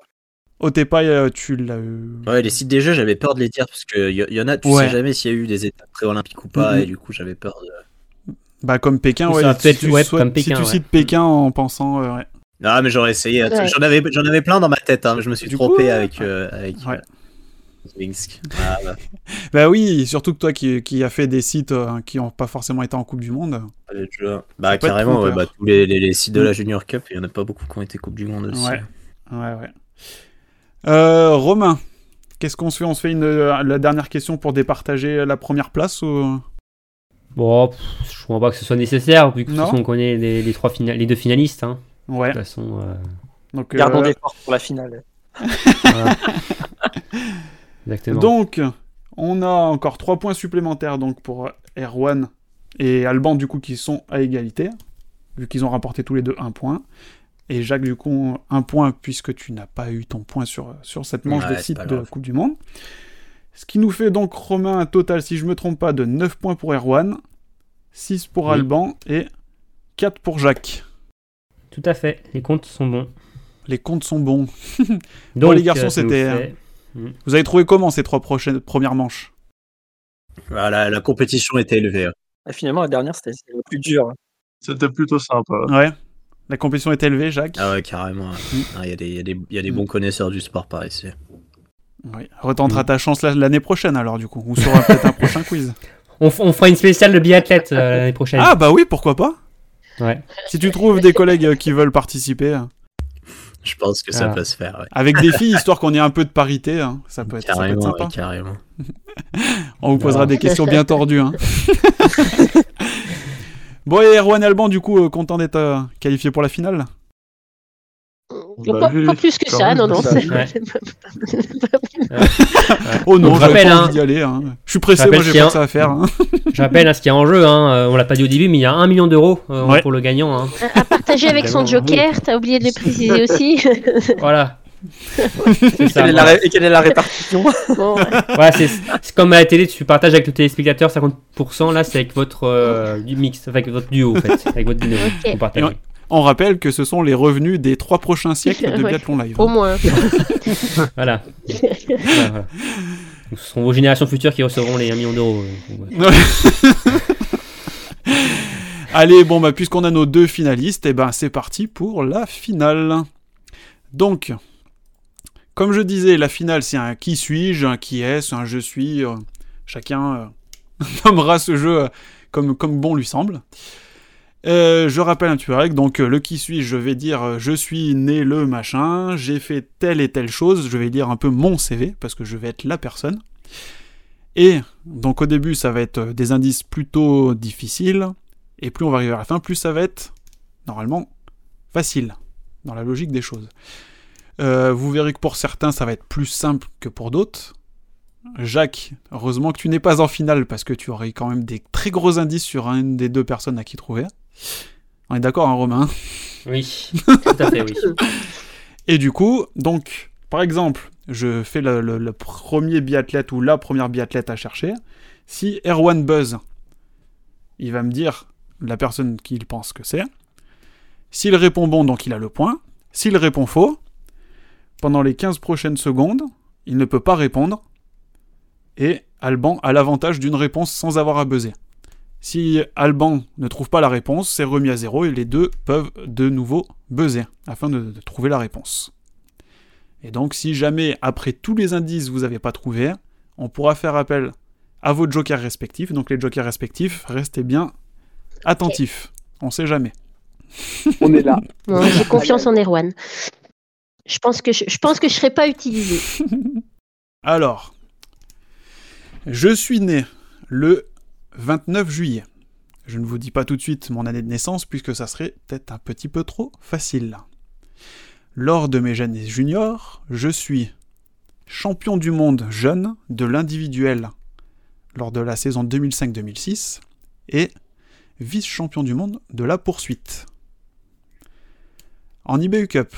Otepa, euh, tu l'as eu.
Ouais, les sites des jeux, j'avais peur de les dire parce qu'il y, y en a, tu
Ouais.
sais jamais s'il y a eu des étapes pré-olympiques ou pas,
Mhm.
et du coup, j'avais peur de.
Bah, comme Pékin,
Ça
ouais.
va
si
peut-être-
tu
ouais,
souhaites-
comme
si
Pékin,
tu
ouais.
cites Pékin en pensant. euh, ouais.
Non, Ah, mais j'aurais essayé.
Ouais.
J'en avais, j'en avais plein dans ma tête, hein, mais je me suis
Du
trompé
coup,
avec. euh, avec euh, Ah, Minsk. Voilà.
Bah oui, surtout que toi qui, qui a fait des sites euh, qui n'ont pas forcément été en Coupe du Monde.
Allez, tu vois. Bah,
peut être
carrément, ouais,
trompeur.
bah, tous les, les- les sites de la
Mhm.
Junior Cup, il y en a pas beaucoup qui ont été Coupe du Monde aussi.
Ouais, ouais, ouais. Euh, Romain, qu'est-ce qu'on se fait On se fait une, euh, la dernière question pour départager la première place ou...
Bon, pff, je crois pas que ce soit nécessaire, vu que de toute
Non.
façon, on connaît les, les trois fina- les deux finalistes. hein.
Ouais.
De toute façon, euh,
Donc,
Gardons
euh,
des forces pour la finale.
Exactement.
Donc, on a encore 3 points supplémentaires donc pour Erwan et Alban, du coup, qui sont à égalité, vu qu'ils ont rapporté tous les deux un point. Et Jacques, du coup, un point, puisque tu n'as pas eu ton point sur, sur cette manche
Ouais,
de
c'est
site
pas
de la
grave.
Coupe du Monde. Ce qui nous fait donc, Romain, un total, si je me trompe pas, de 9 points pour Erwan, 6 pour
Oui.
Alban et 4 pour Jacques.
Tout à fait, les comptes sont bons.
Les comptes sont bons. bon,
Donc,
les garçons,
euh, ça nous
c'était. hein.
fait- Mm.
Vous avez trouvé comment ces trois prochaines, premières manches
Voilà, Ah, la, compétition était élevée. hein.
Ah, finalement, la dernière, c'était c'était la plus dure.
C'était plutôt sympa.
Ouais. La compétition est élevée, Jacques.
Ah ouais, carrément.
Mm.
Il y a des, y a des- y a des bons connaisseurs du sport par ici.
Oui. Retentera ta chance la- l'année prochaine, alors, du coup. Ou sur un- peut-être un prochain quiz.
On, f- on fera une spéciale de biathlète euh, l'année prochaine.
Ah, bah oui, pourquoi pas
Ouais.
Si tu trouves des collègues euh, qui veulent participer. euh,
Je pense que ça
Ah.
peut se faire. ouais.
Avec des filles, histoire qu'on ait un peu de parité, hein. ça, peut être, ça peut être
Carrément,
sympa.
ouais, carrément.
On vous posera
Non.
des questions bien tordues. hein. bon, et Erwan Alban, du coup, euh, content d'être euh, qualifié pour la finale Bah
Bah,
Pas- pas, plus que ça, non, non. c'est-
Oh non,
Donc,
je
je rappelle,
pas envie
hein.
d'y aller. hein. Je suis pressé,
Je rappelle
moi j'ai
ce qu'il y
pas
a-
que ça à faire. hein.
Je rappelle à ce qu'il y a en jeu, hein, euh, on l'a pas dit au début, mais il y a un million d'euros euh,
Ouais.
pour le gagnant. hein.
À partager avec son
Évidemment.
joker, t'as oublié de le préciser aussi.
Voilà. C'est
Et
ça,
quelle, est la,
voilà.
ré- et quelle est la répartition
Bon,
Voilà, c'est c'est comme à la télé, tu partages avec le téléspectateur 50%, là c'est avec votre euh, du mix, avec votre duo en fait, avec votre binôme.
Ok.
vous partagez.
Et on, on rappelle que ce sont les revenus des trois prochains siècles de
Ouais.
biathlon live.
Au moins.
Voilà. Voilà, voilà. Donc, ce seront vos générations futures qui recevront les 1 million d'euros. euh, donc, ouais.
Allez, bon, bah, puisqu'on a nos deux finalistes, et ben, c'est parti pour la finale. Donc, comme je disais, la finale, c'est un qui suis-je, un qui est-ce, un je suis. euh, chacun euh, nommera ce jeu euh, comme, comme bon lui semble. Euh, je rappelle un petit peu la règle, donc euh, le qui suis-je, je vais dire euh, je suis né le machin, j'ai fait telle et telle chose, je vais dire un peu mon CV, parce que je vais être la personne. Et donc au début, ça va être euh, des indices plutôt difficiles, et plus on va arriver à la fin, plus ça va être normalement facile, dans la logique des choses. Euh, vous verrez que pour certains, ça va être plus simple que pour d'autres. Jacques, heureusement que tu n'es pas en finale parce que tu aurais quand même des très gros indices sur une des deux personnes à qui trouver. On est d'accord, hein, Romain
Oui, tout à fait, oui.
Et du coup, donc, par exemple, je fais le, le- le premier biathlète ou la première biathlète à chercher. Si Erwan buzz, il va me dire la personne qu'il pense que c'est. S'il répond bon, donc il a le point. S'il répond faux, pendant les 15 prochaines secondes, il ne peut pas répondre. Et Alban a l'avantage d'une réponse sans avoir à buzzer. Si Alban ne trouve pas la réponse, c'est remis à zéro et les deux peuvent de nouveau buzzer afin de, de trouver la réponse. Et donc si jamais après tous les indices vous n'avez pas trouvé, on pourra faire appel à vos jokers respectifs. Donc les jokers respectifs, restez bien attentifs. On sait jamais.
On est là.
Non, J'ai confiance en Erwan. Je pense que je, je pense que je serai pas utilisé.
Alors, je suis né le 29 juillet. Je ne vous dis pas tout de suite mon année de naissance puisque ça serait peut-être un petit peu trop facile. Lors de mes années juniors, je suis champion du monde jeune de l'individuel lors de la saison 2005-2006 et vice-champion du monde de la poursuite. En IBU Cup,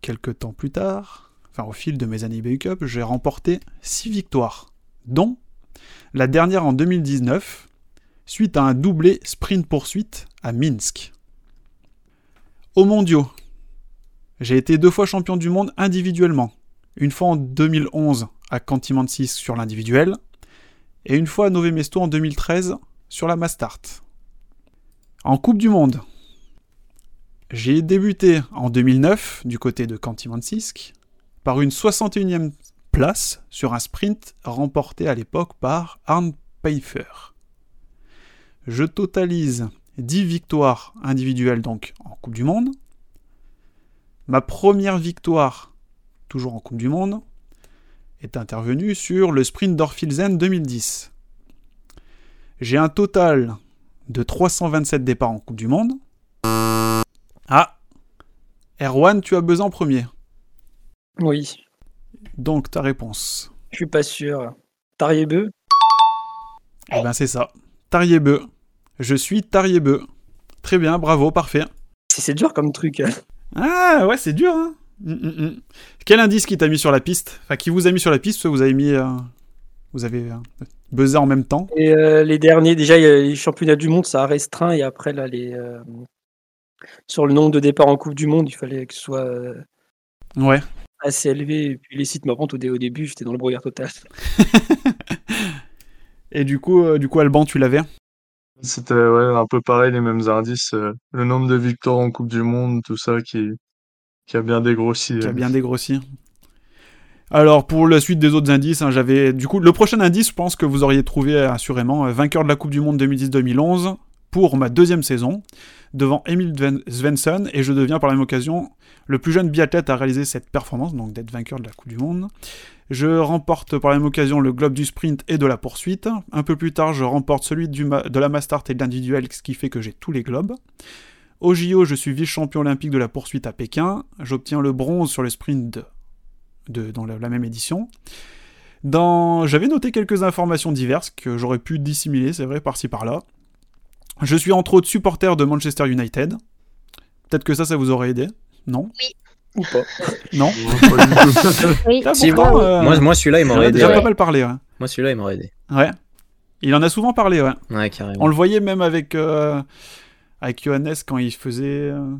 Quelque temps plus tard, enfin au fil de mes années IBU Cup, j'ai remporté 6 victoires, dont la dernière en 2019, suite à un doublé sprint-poursuite à Minsk. Aux mondiaux, j'ai été deux fois champion du monde individuellement, une fois en 2011 à Cantimansis sur l'individuel, et une fois à Nové Mesto en 2013 sur la Mastart. En Coupe du Monde, j'ai débuté en 2009 du côté de Kantimansisk par une 61e place sur un sprint remporté à l'époque par Arne Pfeiffer. Je totalise 10 victoires individuelles donc en Coupe du Monde. Ma première victoire, toujours en Coupe du Monde, est intervenue sur le sprint d'Orfilzen 2010. J'ai un total de 327 départs en Coupe du Monde. Ah Erwan, tu as besoin en premier.
Oui.
Donc ta réponse.
Je suis pas sûr. Tariebeu
Eh ben c'est ça. Tariebeu. Je suis Tariebeu. Très bien, bravo, parfait.
C'est dur comme truc.
Ah ouais, c'est dur. Hein Mm, mm, mm. Quel indice qui t'a mis sur la piste Enfin, qui vous a mis sur la piste Soit vous avez mis, euh, vous avez euh, buzzé en même temps.
Et euh, les derniers, déjà, il y a les championnats du monde, ça a restreint. Et après, là, les, euh, sur le nombre de départs en Coupe du Monde, il fallait que ce soit euh,
Ouais.
assez élevé. Et puis les sites m'apprennent au, dé- au début, j'étais dans le brouillard total.
Et du coup, euh, du coup, Alban, tu l'avais
C'était ouais, un peu pareil, les mêmes indices. euh, le nombre de victoires en Coupe du Monde, tout ça qui, qui a bien dégrossi.
Qui a
euh.
bien dégrossi. Alors pour la suite des autres indices, hein, j'avais du coup le prochain indice, je pense que vous auriez trouvé euh, assurément euh, vainqueur de la Coupe du Monde 2010-2011 pour ma deuxième saison devant Emil Dven- Svensson et je deviens par la même occasion le plus jeune biathlète à réaliser cette performance, donc d'être vainqueur de la Coupe du Monde. Je remporte par la même occasion le globe du sprint et de la poursuite. Un peu plus tard, je remporte celui du ma- de la Mastart et de l'individuel, ce qui fait que j'ai tous les globes. Au JO, je suis vice-champion olympique de la poursuite à Pékin. J'obtiens le bronze sur le sprint de, de- dans la, la même édition. Dans- J'avais noté quelques informations diverses que j'aurais pu dissimuler, c'est vrai, par-ci par-là. Je suis entre autres supporter de Manchester United. Peut-être que ça, ça vous aurait aidé Non
Oui.
Ou pas
Non
Oui.
Ah,
Si,
pourtant,
moi-
euh,
moi- moi, celui-là, il
j'en ai
m'aurait aidé,
déjà
ouais.
pas mal parlé, ouais.
Moi, celui-là, il m'aurait aidé.
Ouais. Il en a souvent parlé, ouais.
Ouais, carrément.
On le voyait même avec, euh, avec Johannes quand il faisait. euh,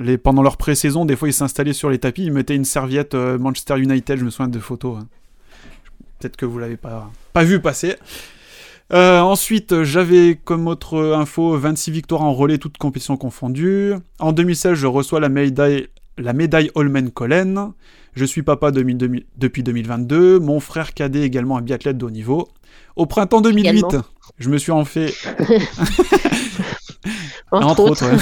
les, pendant leur pré-saison, des fois, il s'installait sur les tapis, il mettait une serviette euh, Manchester United, je me souviens de photos. hein. Peut-être que vous l'avez pas, pas vu passer. Euh, ensuite, j'avais comme autre info 26 victoires en relais, toutes compétitions confondues. En 2016, je reçois la médaille, la médaille Holmen Collen. Je suis papa 2000 2000 depuis 2022. Mon frère cadet également un biathlète de haut niveau. Au printemps 2008,
Également.
je me suis en fait.
Entre autres.
ouais.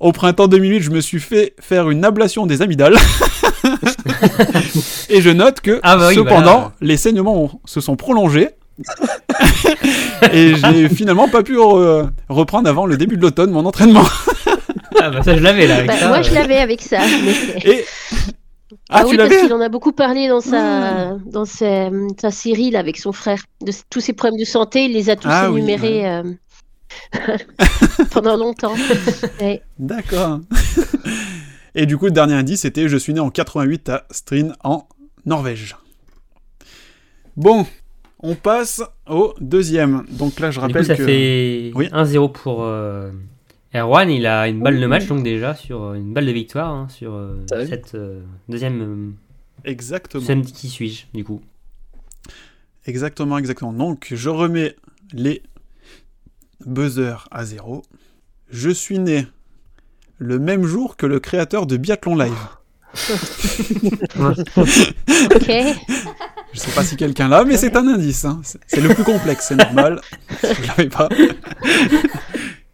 Au printemps 2008, je me suis fait faire une ablation des amygdales. Et je note que,
Ah bah oui,
cependant,
bah là.
les saignements ont- se sont prolongés. Et j'ai finalement pas pu euh, reprendre avant le début de l'automne mon entraînement.
Ah bah ça je l'avais là avec
Bah,
ça.
moi,
euh.
je l'avais avec ça. mais-
Et...
Ah,
Ah, tu
oui, parce
l'avais Hmm.
qu'il en a beaucoup parlé dans sa, dans sa, sa série là, avec son frère. De s- tous ses problèmes de santé, il les a tous
Ah oui,
énumérés euh, pendant longtemps. Ouais.
D'accord. Et du coup, le dernier indice, c'était je suis né en 88 à Stryn en Norvège. Bon, on passe au deuxième. Donc là, je
Du
rappelle
coup, ça
que...
fait 1-0 pour euh, Erwan. Il a une balle de match, donc déjà, sur euh, une balle de victoire hein, sur euh, cette euh, deuxième.
Exactement.
Deuxième qui suis-je, du coup
Exactement, exactement. Donc, je remets les buzzers à zéro. Je suis né le même jour que le créateur de Biathlon Live.
Ok.
Je sais pas si quelqu'un l'a, mais c'est un indice. hein. C'est c'est le plus complexe, c'est normal. Je l'avais pas.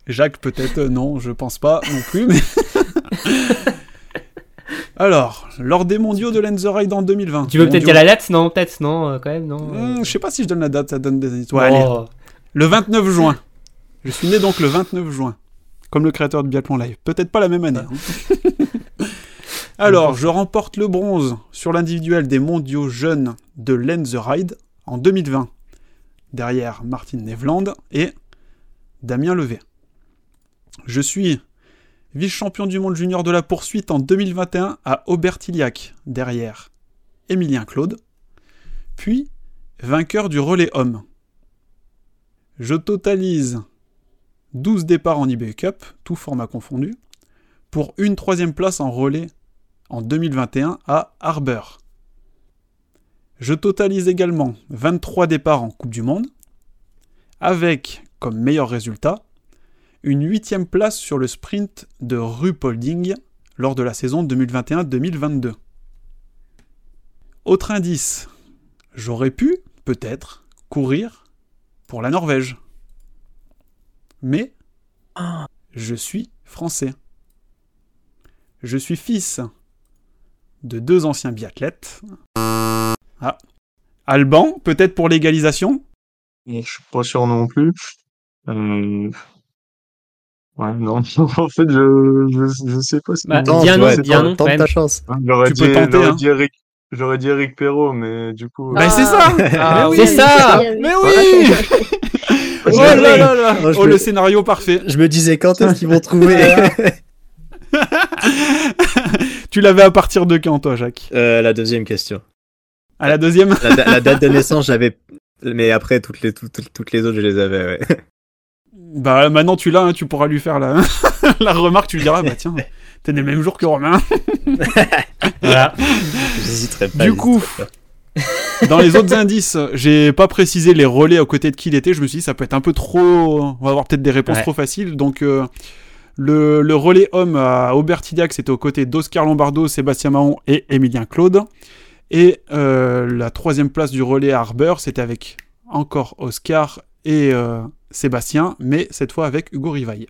Jacques, peut-être, euh, non, je pense pas non plus. Mais... Alors, lors des mondiaux de Lenzerheide en 2020.
Tu veux peut-être
mondiaux-
dire la date Non, peut-être, non, euh, quand même, non.
Hmm, je sais pas si je donne la date, ça donne des indices. Ouais,
Oh.
allez. Le 29 juin. Je suis né donc le 29 juin, comme le créateur de Biathlon Live. Peut-être pas la même année. hein. Alors, je remporte le bronze sur l'individuel des mondiaux jeunes de Lenzerheide en 2020, derrière Martin Nevland et Damien Levé. Je suis vice-champion du monde junior de la poursuite en 2021 à Aubertillac, derrière Émilien Claude, puis vainqueur du relais homme. Je totalise 12 départs en eBay Cup, tout format confondu, pour une troisième place en relais en 2021 à Harbour. Je totalise également 23 départs en Coupe du Monde, avec comme meilleur résultat une huitième place sur le sprint de Rupolding lors de la saison 2021-2022. Autre indice, j'aurais pu, peut-être, courir pour la Norvège. Mais je suis français. Je suis fils de deux anciens biathlètes. Ah. Alban, peut-être pour l'égalisation
Je suis pas sûr non plus. Euh, Ouais, non. En fait, je, je, je sais pas si.
Bah, Tente, dis un nom, ouais, dis un tente- nom, tente quand même. ta
chance. J'aurais
Tu
dit,
peux tenter,
j'aurais
hein.
dit Eric, j'aurais dit Eric Perrault, mais du coup.
Bah, c'est ça
Ah oui.
C'est ça
Oui, oui, oui.
Mais oui Oh là là là
Oh, je
Oh,
me-
le scénario parfait
Je me disais quand est-ce qu'ils vont trouver
Tu l'avais à partir de quand, toi, Jacques
Euh, La deuxième question.
À la deuxième
La, da- la date de naissance, j'avais. Mais après, toutes les, toutes, toutes- toutes les autres, je les avais, ouais.
Bah maintenant tu l'as, hein, tu pourras lui faire la, la remarque, tu lui diras, bah tiens, t'es né le même jour que Romain.
Voilà. J'hésiterai pas.
du coup, dans les autres indices, j'ai pas précisé les relais aux côtés de qui il était, je me suis dit ça peut être un peu trop... On va avoir peut-être des réponses
Ouais.
trop faciles, donc... euh, Le, le relais homme à Aubertillac, c'était aux côtés d'Oscar Lombardo, Sébastien Mahon et Émilien Claude. Et euh, la troisième place du relais à Harbour, c'était avec encore Oscar et euh, Sébastien, mais cette fois avec Hugo Rivaille.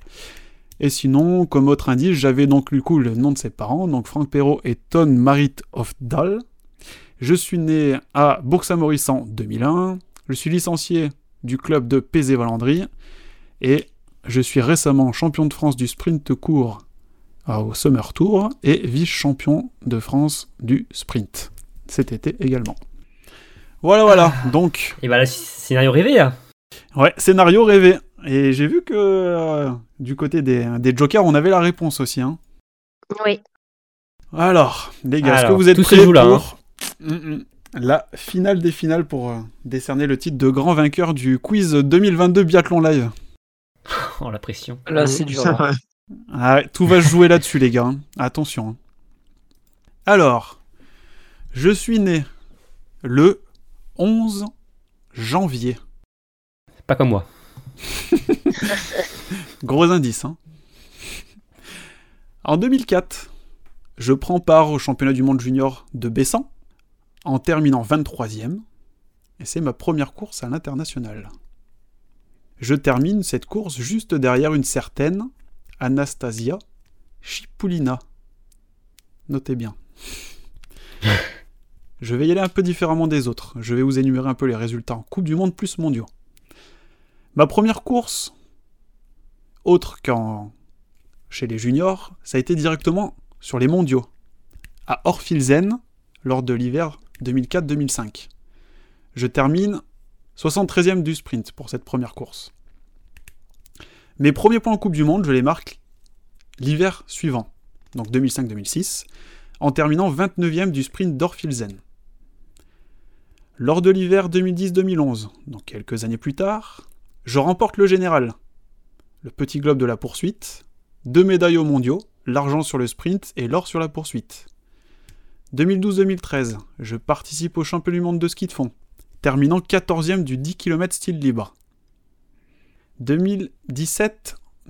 Et sinon, comme autre indice, j'avais donc du coup le nom de ses parents, donc Franck Perrault et Ton Marit of Dahl. Je suis né à Bourg-Saint-Maurice en 2001. Je suis licencié du club de Pézé-Valandry. Et je suis récemment champion de France du sprint court euh, au Summer Tour et vice-champion de France du sprint cet été également. Voilà, voilà. Donc.
Et bah là, scénario rêvé, hein. là.
Ouais, scénario rêvé. Et j'ai vu que euh, du côté des, des jokers, on avait la réponse aussi. hein.
Oui.
Alors, les gars, est-ce que
Alors,
vous êtes
tout se
prêts
joue là,
pour Mm-mm. la finale des finales pour euh, décerner le titre de grand vainqueur du quiz 2022 biathlon live
Oh la pression.
Mmh.
Là, c'est dur, hein. là.
Ah ouais, tout va se jouer là-dessus, les gars. hein. Attention. hein. Alors, je suis né le 11 janvier
Pas comme moi.
Gros indice. hein. En 2004, je prends part au championnat du monde junior de Bessan en terminant 23e. Et c'est ma première course à l'international. Je termine cette course juste derrière une certaine Anastasia Chipulina. Notez bien. Je vais y aller un peu différemment des autres. Je vais vous énumérer un peu les résultats en Coupe du Monde plus mondiaux. Ma première course, autre qu'en chez les juniors, ça a été directement sur les mondiaux, à Orfilzen, lors de l'hiver 2004-2005. Je termine 73e du sprint pour cette première course. Mes premiers points en Coupe du Monde, je les marque l'hiver suivant, donc 2005-2006, en terminant 29e du sprint d'Orfilzen. Lors de l'hiver 2010-2011, donc quelques années plus tard, je remporte le général, le petit globe de la poursuite, deux médailles aux mondiaux, l'argent sur le sprint et l'or sur la poursuite. 2012-2013, je participe au championnat du monde de ski de fond, terminant 14e du 10 km style libre.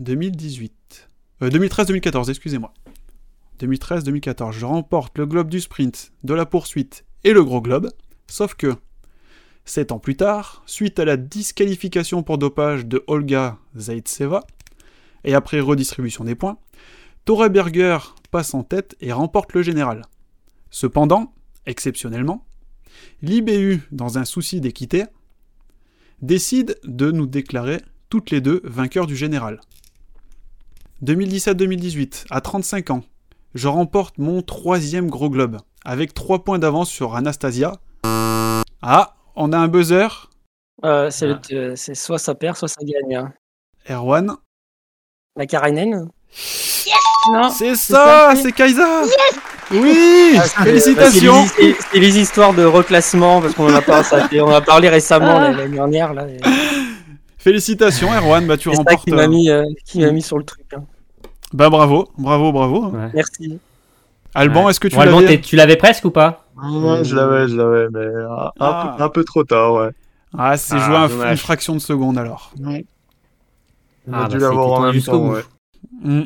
2017-2018. euh, 2013-2014, excusez-moi. 2013-2014, je remporte le globe du sprint, de la poursuite et le gros globe, sauf que, 7 ans plus tard, suite à la disqualification pour dopage de Olga Zaitseva, et après redistribution des points, Torre Berger passe en tête et remporte le général. Cependant, exceptionnellement, l'IBU, dans un souci d'équité, décide de nous déclarer toutes les deux vainqueurs du général. 2017-2018, à 35 ans, je remporte mon troisième gros globe, avec 3 points d'avance sur Anastasia. Ah, on a un buzzer.
Euh, c'est le- euh, c'est soit ça perd, soit ça gagne. hein.
Erwan.
La Karainen
Non, c'est ça, c'est Kaisa Oui
Ah, c'est-
Félicitations
euh, C'est les, c'est les histoires de reclassement, parce qu'on en a, pas- ça fait- on en a parlé récemment la- l'année dernière. Là, et-
Félicitations Erwan, bah tu
C'est ça
remportes.
qui m'a
euh,
mis, euh, qui m'a mis sur le truc. hein.
Bah bravo, bravo, bravo.
Merci.
Alban,
Ouais.
est-ce que tu
Bon, Alban,
l'avais
t'es- tu l'avais presque ou pas
Ouais, je l'avais, je l'avais, mais euh, un,
Ah.
peu, un peu trop tard, ouais.
Ah, c'est
Ah,
joué un-
dommage.
une fraction de seconde alors.
On
Ah, bah,
a dû l'avoir en même temps, ouais.
Mm.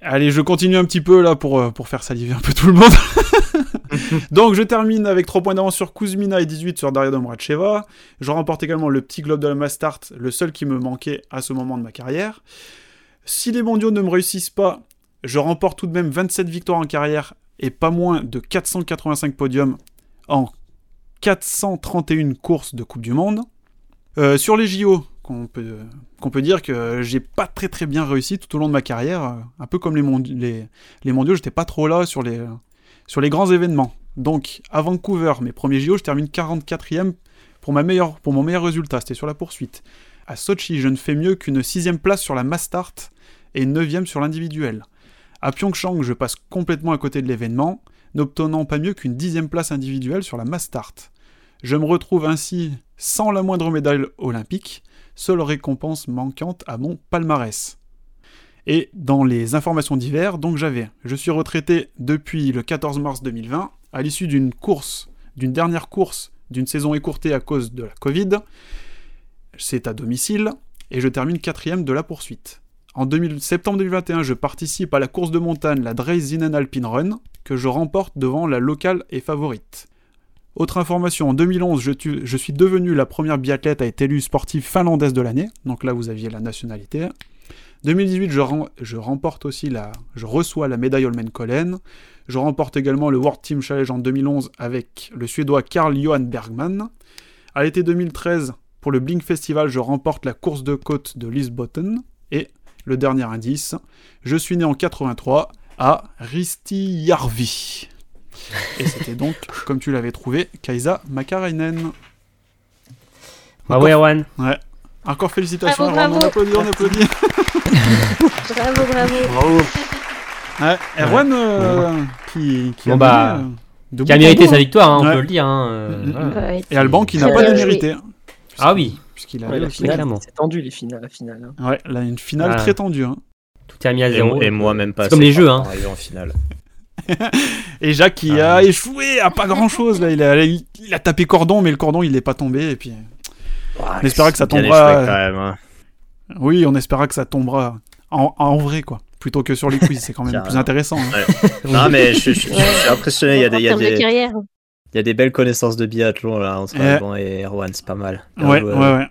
Allez, je continue un petit peu là pour, euh, pour faire saliver un peu tout le monde. Donc je termine avec 3 points d'avance sur Kuzmina et 18 sur Daria Domracheva. Je remporte également le petit globe de la Mastart, le seul qui me manquait à ce moment de ma carrière. Si les mondiaux ne me réussissent pas, je remporte tout de même 27 victoires en carrière et pas moins de 485 podiums en 431 courses de Coupe du Monde. Euh, sur les JO, qu'on peut, qu'on peut dire que j'ai pas très très bien réussi tout au long de ma carrière. euh, Un peu comme les, mondi- les, les mondiaux, j'étais pas trop là sur les, sur les grands événements. Donc à Vancouver, mes premiers JO, je termine 44e pour, ma meilleure, pour mon meilleur résultat, c'était sur la poursuite. À Sochi, je ne fais mieux qu'une sixième place sur la mass start et 9 sur l'individuel. À Pyeongchang, je passe complètement à côté de l'événement, n'obtenant pas mieux qu'une dixième place individuelle sur la mass start. Je me retrouve ainsi sans la moindre médaille olympique, seule récompense manquante à mon palmarès. Et dans les informations d'hiver, donc j'avais, je suis retraité depuis le 14 mars 2020, à l'issue d'une course, d'une dernière course d'une saison écourtée à cause de la Covid. C'est à domicile, et je termine quatrième de la poursuite. En 2000 septembre 2021, je participe à la course de montagne, la Dreisinen Alpine Run, que je remporte devant la locale et favorite. Autre information, en 2011, je, tu- je suis devenu la première biathlète à être élue sportive finlandaise de l'année. Donc là, vous aviez la nationalité. 2018, je, ren- je remporte aussi la, je reçois la médaille Holmenkollen. Je remporte également le World Team Challenge en 2011 avec le Suédois Carl Johan Bergman. À l'été 2013, pour le Blink Festival, je remporte la course de côte de Lisbotten. Et le dernier indice, je suis né en 83 à Ristijärvi. Et c'était donc, comme tu l'avais trouvé, Kaisa Makarainen.
Bravo, Ah Erwan.
Ouais. Encore félicitations,
Bravo,
Erwan. On
bravo.
applaudit, on applaudit.
Bravo, bravo.
Ouais, Erwan, euh, qui, qui
Bon,
a
bah,
mené, euh, de
qui a
bout en
mérité
bout,
sa
hein.
victoire, hein, on
Ouais.
peut le dire. hein, euh,
Mm, mm,
voilà.
mm. Et Alban qui n'a
Très
pas
bien
bien
joué.
mérité.
Ah oui.
Puisqu'il a
Ouais, la
aussi-
finale,
clairement.
c'est tendu les finales. La finale hein.
Ouais, là, une finale
Ah.
très tendue. hein.
Tout est mis à
Et
zéro.
moi- et moi, même pas
C'est comme
assez
les jeux,
pour
hein.
arriver en finale.
Et Jacques qui
Ah
a échoué à pas grand chose. Là. Il, a, il a tapé cordon, mais le cordon il n'est pas tombé. Et puis on espéra que ça
bien
tombera.
échoué, quand même, hein.
Oui, on espéra que ça tombera en, en vrai, quoi. Plutôt que sur les quiz, c'est quand même
Tiens,
plus intéressant. hein.
Ouais. Non, mais je, je- je- je suis impressionné. Il y a des, il y a
En termes de
des,
carrière.
il y a des belles connaissances de biathlon là entre
Eh.
Alban et Erwan, c'est pas mal.
Ouais, ouais,
Bravo,
ouais.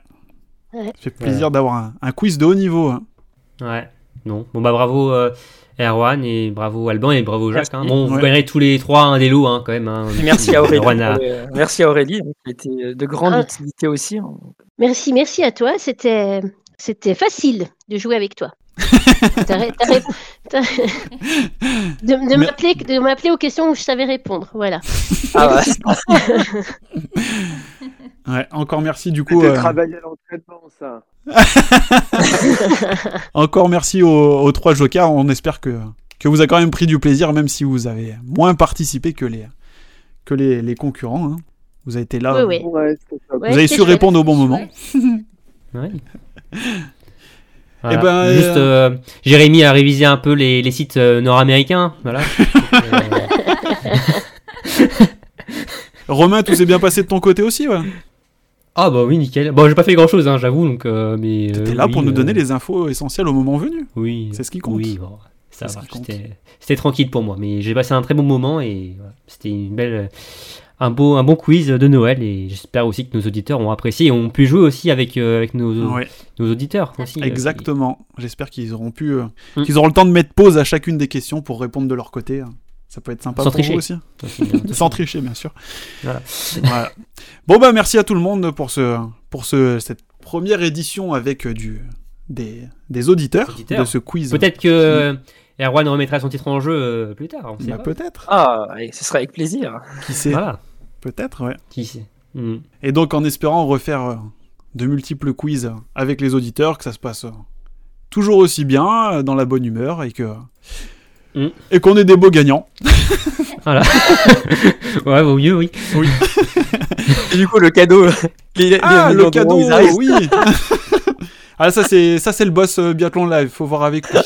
Ouais.
Ça fait plaisir d'avoir un, un quiz de haut niveau. hein.
Ouais, non. Bon, bah bravo euh, Erwan et bravo Alban et bravo Jacques. hein.
Merci.
Bon, vous
Ouais.
gagnerez tous les trois un des lots hein, quand même. hein.
Et Merci à Aurélie.
Erwan a-
pour les- Merci à Aurélie, hein, qui a été de grande
Ah.
utilité aussi. hein.
Merci, merci à toi. C'était, c'était facile de jouer avec toi. T'as ré- t'as ré- t'as- de de
Mais-
m'appeler, de m'appeler aux questions où je savais répondre. Voilà.
Ah
Ouais, encore merci du coup.
C'était
euh,
travailler à l'entraînement, ça.
encore merci aux, aux trois jokers. On espère que, que vous avez quand même pris du plaisir, même si vous avez moins participé que les, que les, les concurrents. hein. Vous avez été là.
Oui, oui.
Ouais, c'est ça.
Vous avez su répondre au bon moment.
Voilà.
Eh ben,
Juste, euh, Jérémy a révisé un peu les, les sites euh, nord-américains. Voilà. Euh,
Romain, tout s'est bien passé de ton côté aussi, ouais.
Ah bah oui, nickel. Bon, j'ai pas fait grand chose, j'avoue. Donc, euh, mais.
T'es là pour nous
euh.
donner les infos essentielles au moment venu.
Oui.
C'est ce qui compte.
Oui, bon, ça
C'est ce
va,
qui compte.
c'était- C'était tranquille pour moi, mais j'ai passé un très bon moment et voilà, c'était une belle, un beau, un bon quiz de Noël et j'espère aussi que nos auditeurs ont apprécié et ont pu jouer aussi avec euh, avec nos,
Ouais.
nos auditeurs aussi. euh,
Exactement. J'espère qu'ils auront pu, euh,
Mmh.
qu'ils auront le temps de mettre pause à chacune des questions pour répondre de leur côté. hein. Ça peut être sympa
Sans
pour vous
tricher.
aussi.
Aussi, bien, attention.
Sans tricher, bien sûr.
Voilà.
Voilà. Bon bah merci à tout le monde pour ce, pour ce, cette première édition avec euh, du, des, des auditeurs,
auditeurs.
de ce quiz.
Peut-être que euh, Erwan remettra son titre en jeu euh, plus tard. On sait
Bah,
pas. Ah,
peut-être.
Ah, et ce serait avec plaisir.
Qui sait.
Voilà.
Peut-être, ouais.
Qui sait. Hmm.
Et donc en espérant refaire euh, de multiples quiz euh, avec les auditeurs, que ça se passe euh, toujours aussi bien, euh, dans la bonne humeur et que
Mm.
et qu'on ait des beaux gagnants.
Voilà. ouais, vaut mieux, oui.
Oui.
Et du coup, le cadeau. les- les
ah le
millions d'euros,
cadeau,
ils arrivent.
oui. ah ça c'est ça c'est le boss euh, biathlon live, faut voir avec lui.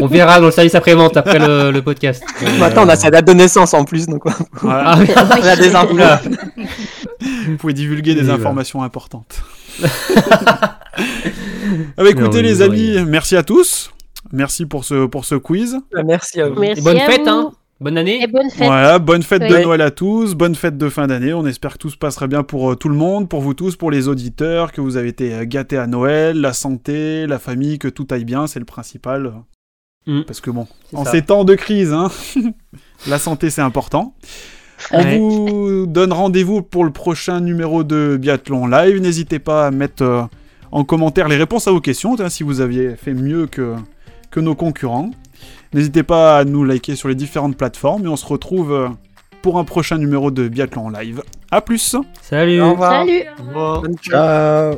On verra dans le service après-vente après le, le podcast. Euh,
Maintenant, on a sa date de naissance en plus, donc on
Voilà.
Ah, merde.
a des infos.
Oula.
Vous pouvez divulguer
Oui, bah.
des
voilà.
informations importantes. Ah bah, écoutez
Non,
les
vous
amis, merci à tous. Merci pour ce pour ce quiz.
Merci à vous.
Merci
bonne
à
fête,
vous.
hein. Bonne année.
Et bonne fête.
Voilà, bonne fête de
Oui.
Noël à tous, bonne fête de fin d'année. On espère que tout se passera bien pour euh, tout le monde, pour vous tous, pour les auditeurs, que vous avez été euh, gâtés à Noël, la santé, la famille, que tout aille bien, c'est le principal.
Mm.
Parce que bon,
C'est
en
ça.
ces temps de crise, hein, la santé c'est important. On
Ouais.
vous donne rendez-vous pour le prochain numéro de Biathlon Live. N'hésitez pas à mettre euh, en commentaire les réponses à vos questions, hein, si vous aviez fait mieux que, que nos concurrents. N'hésitez pas à nous liker sur les différentes plateformes et on se retrouve euh, pour un prochain numéro de Biathlon Live. A plus
Salut.
Au revoir.
Eh.
Salut.
Au revoir.
Bonne-
Ciao.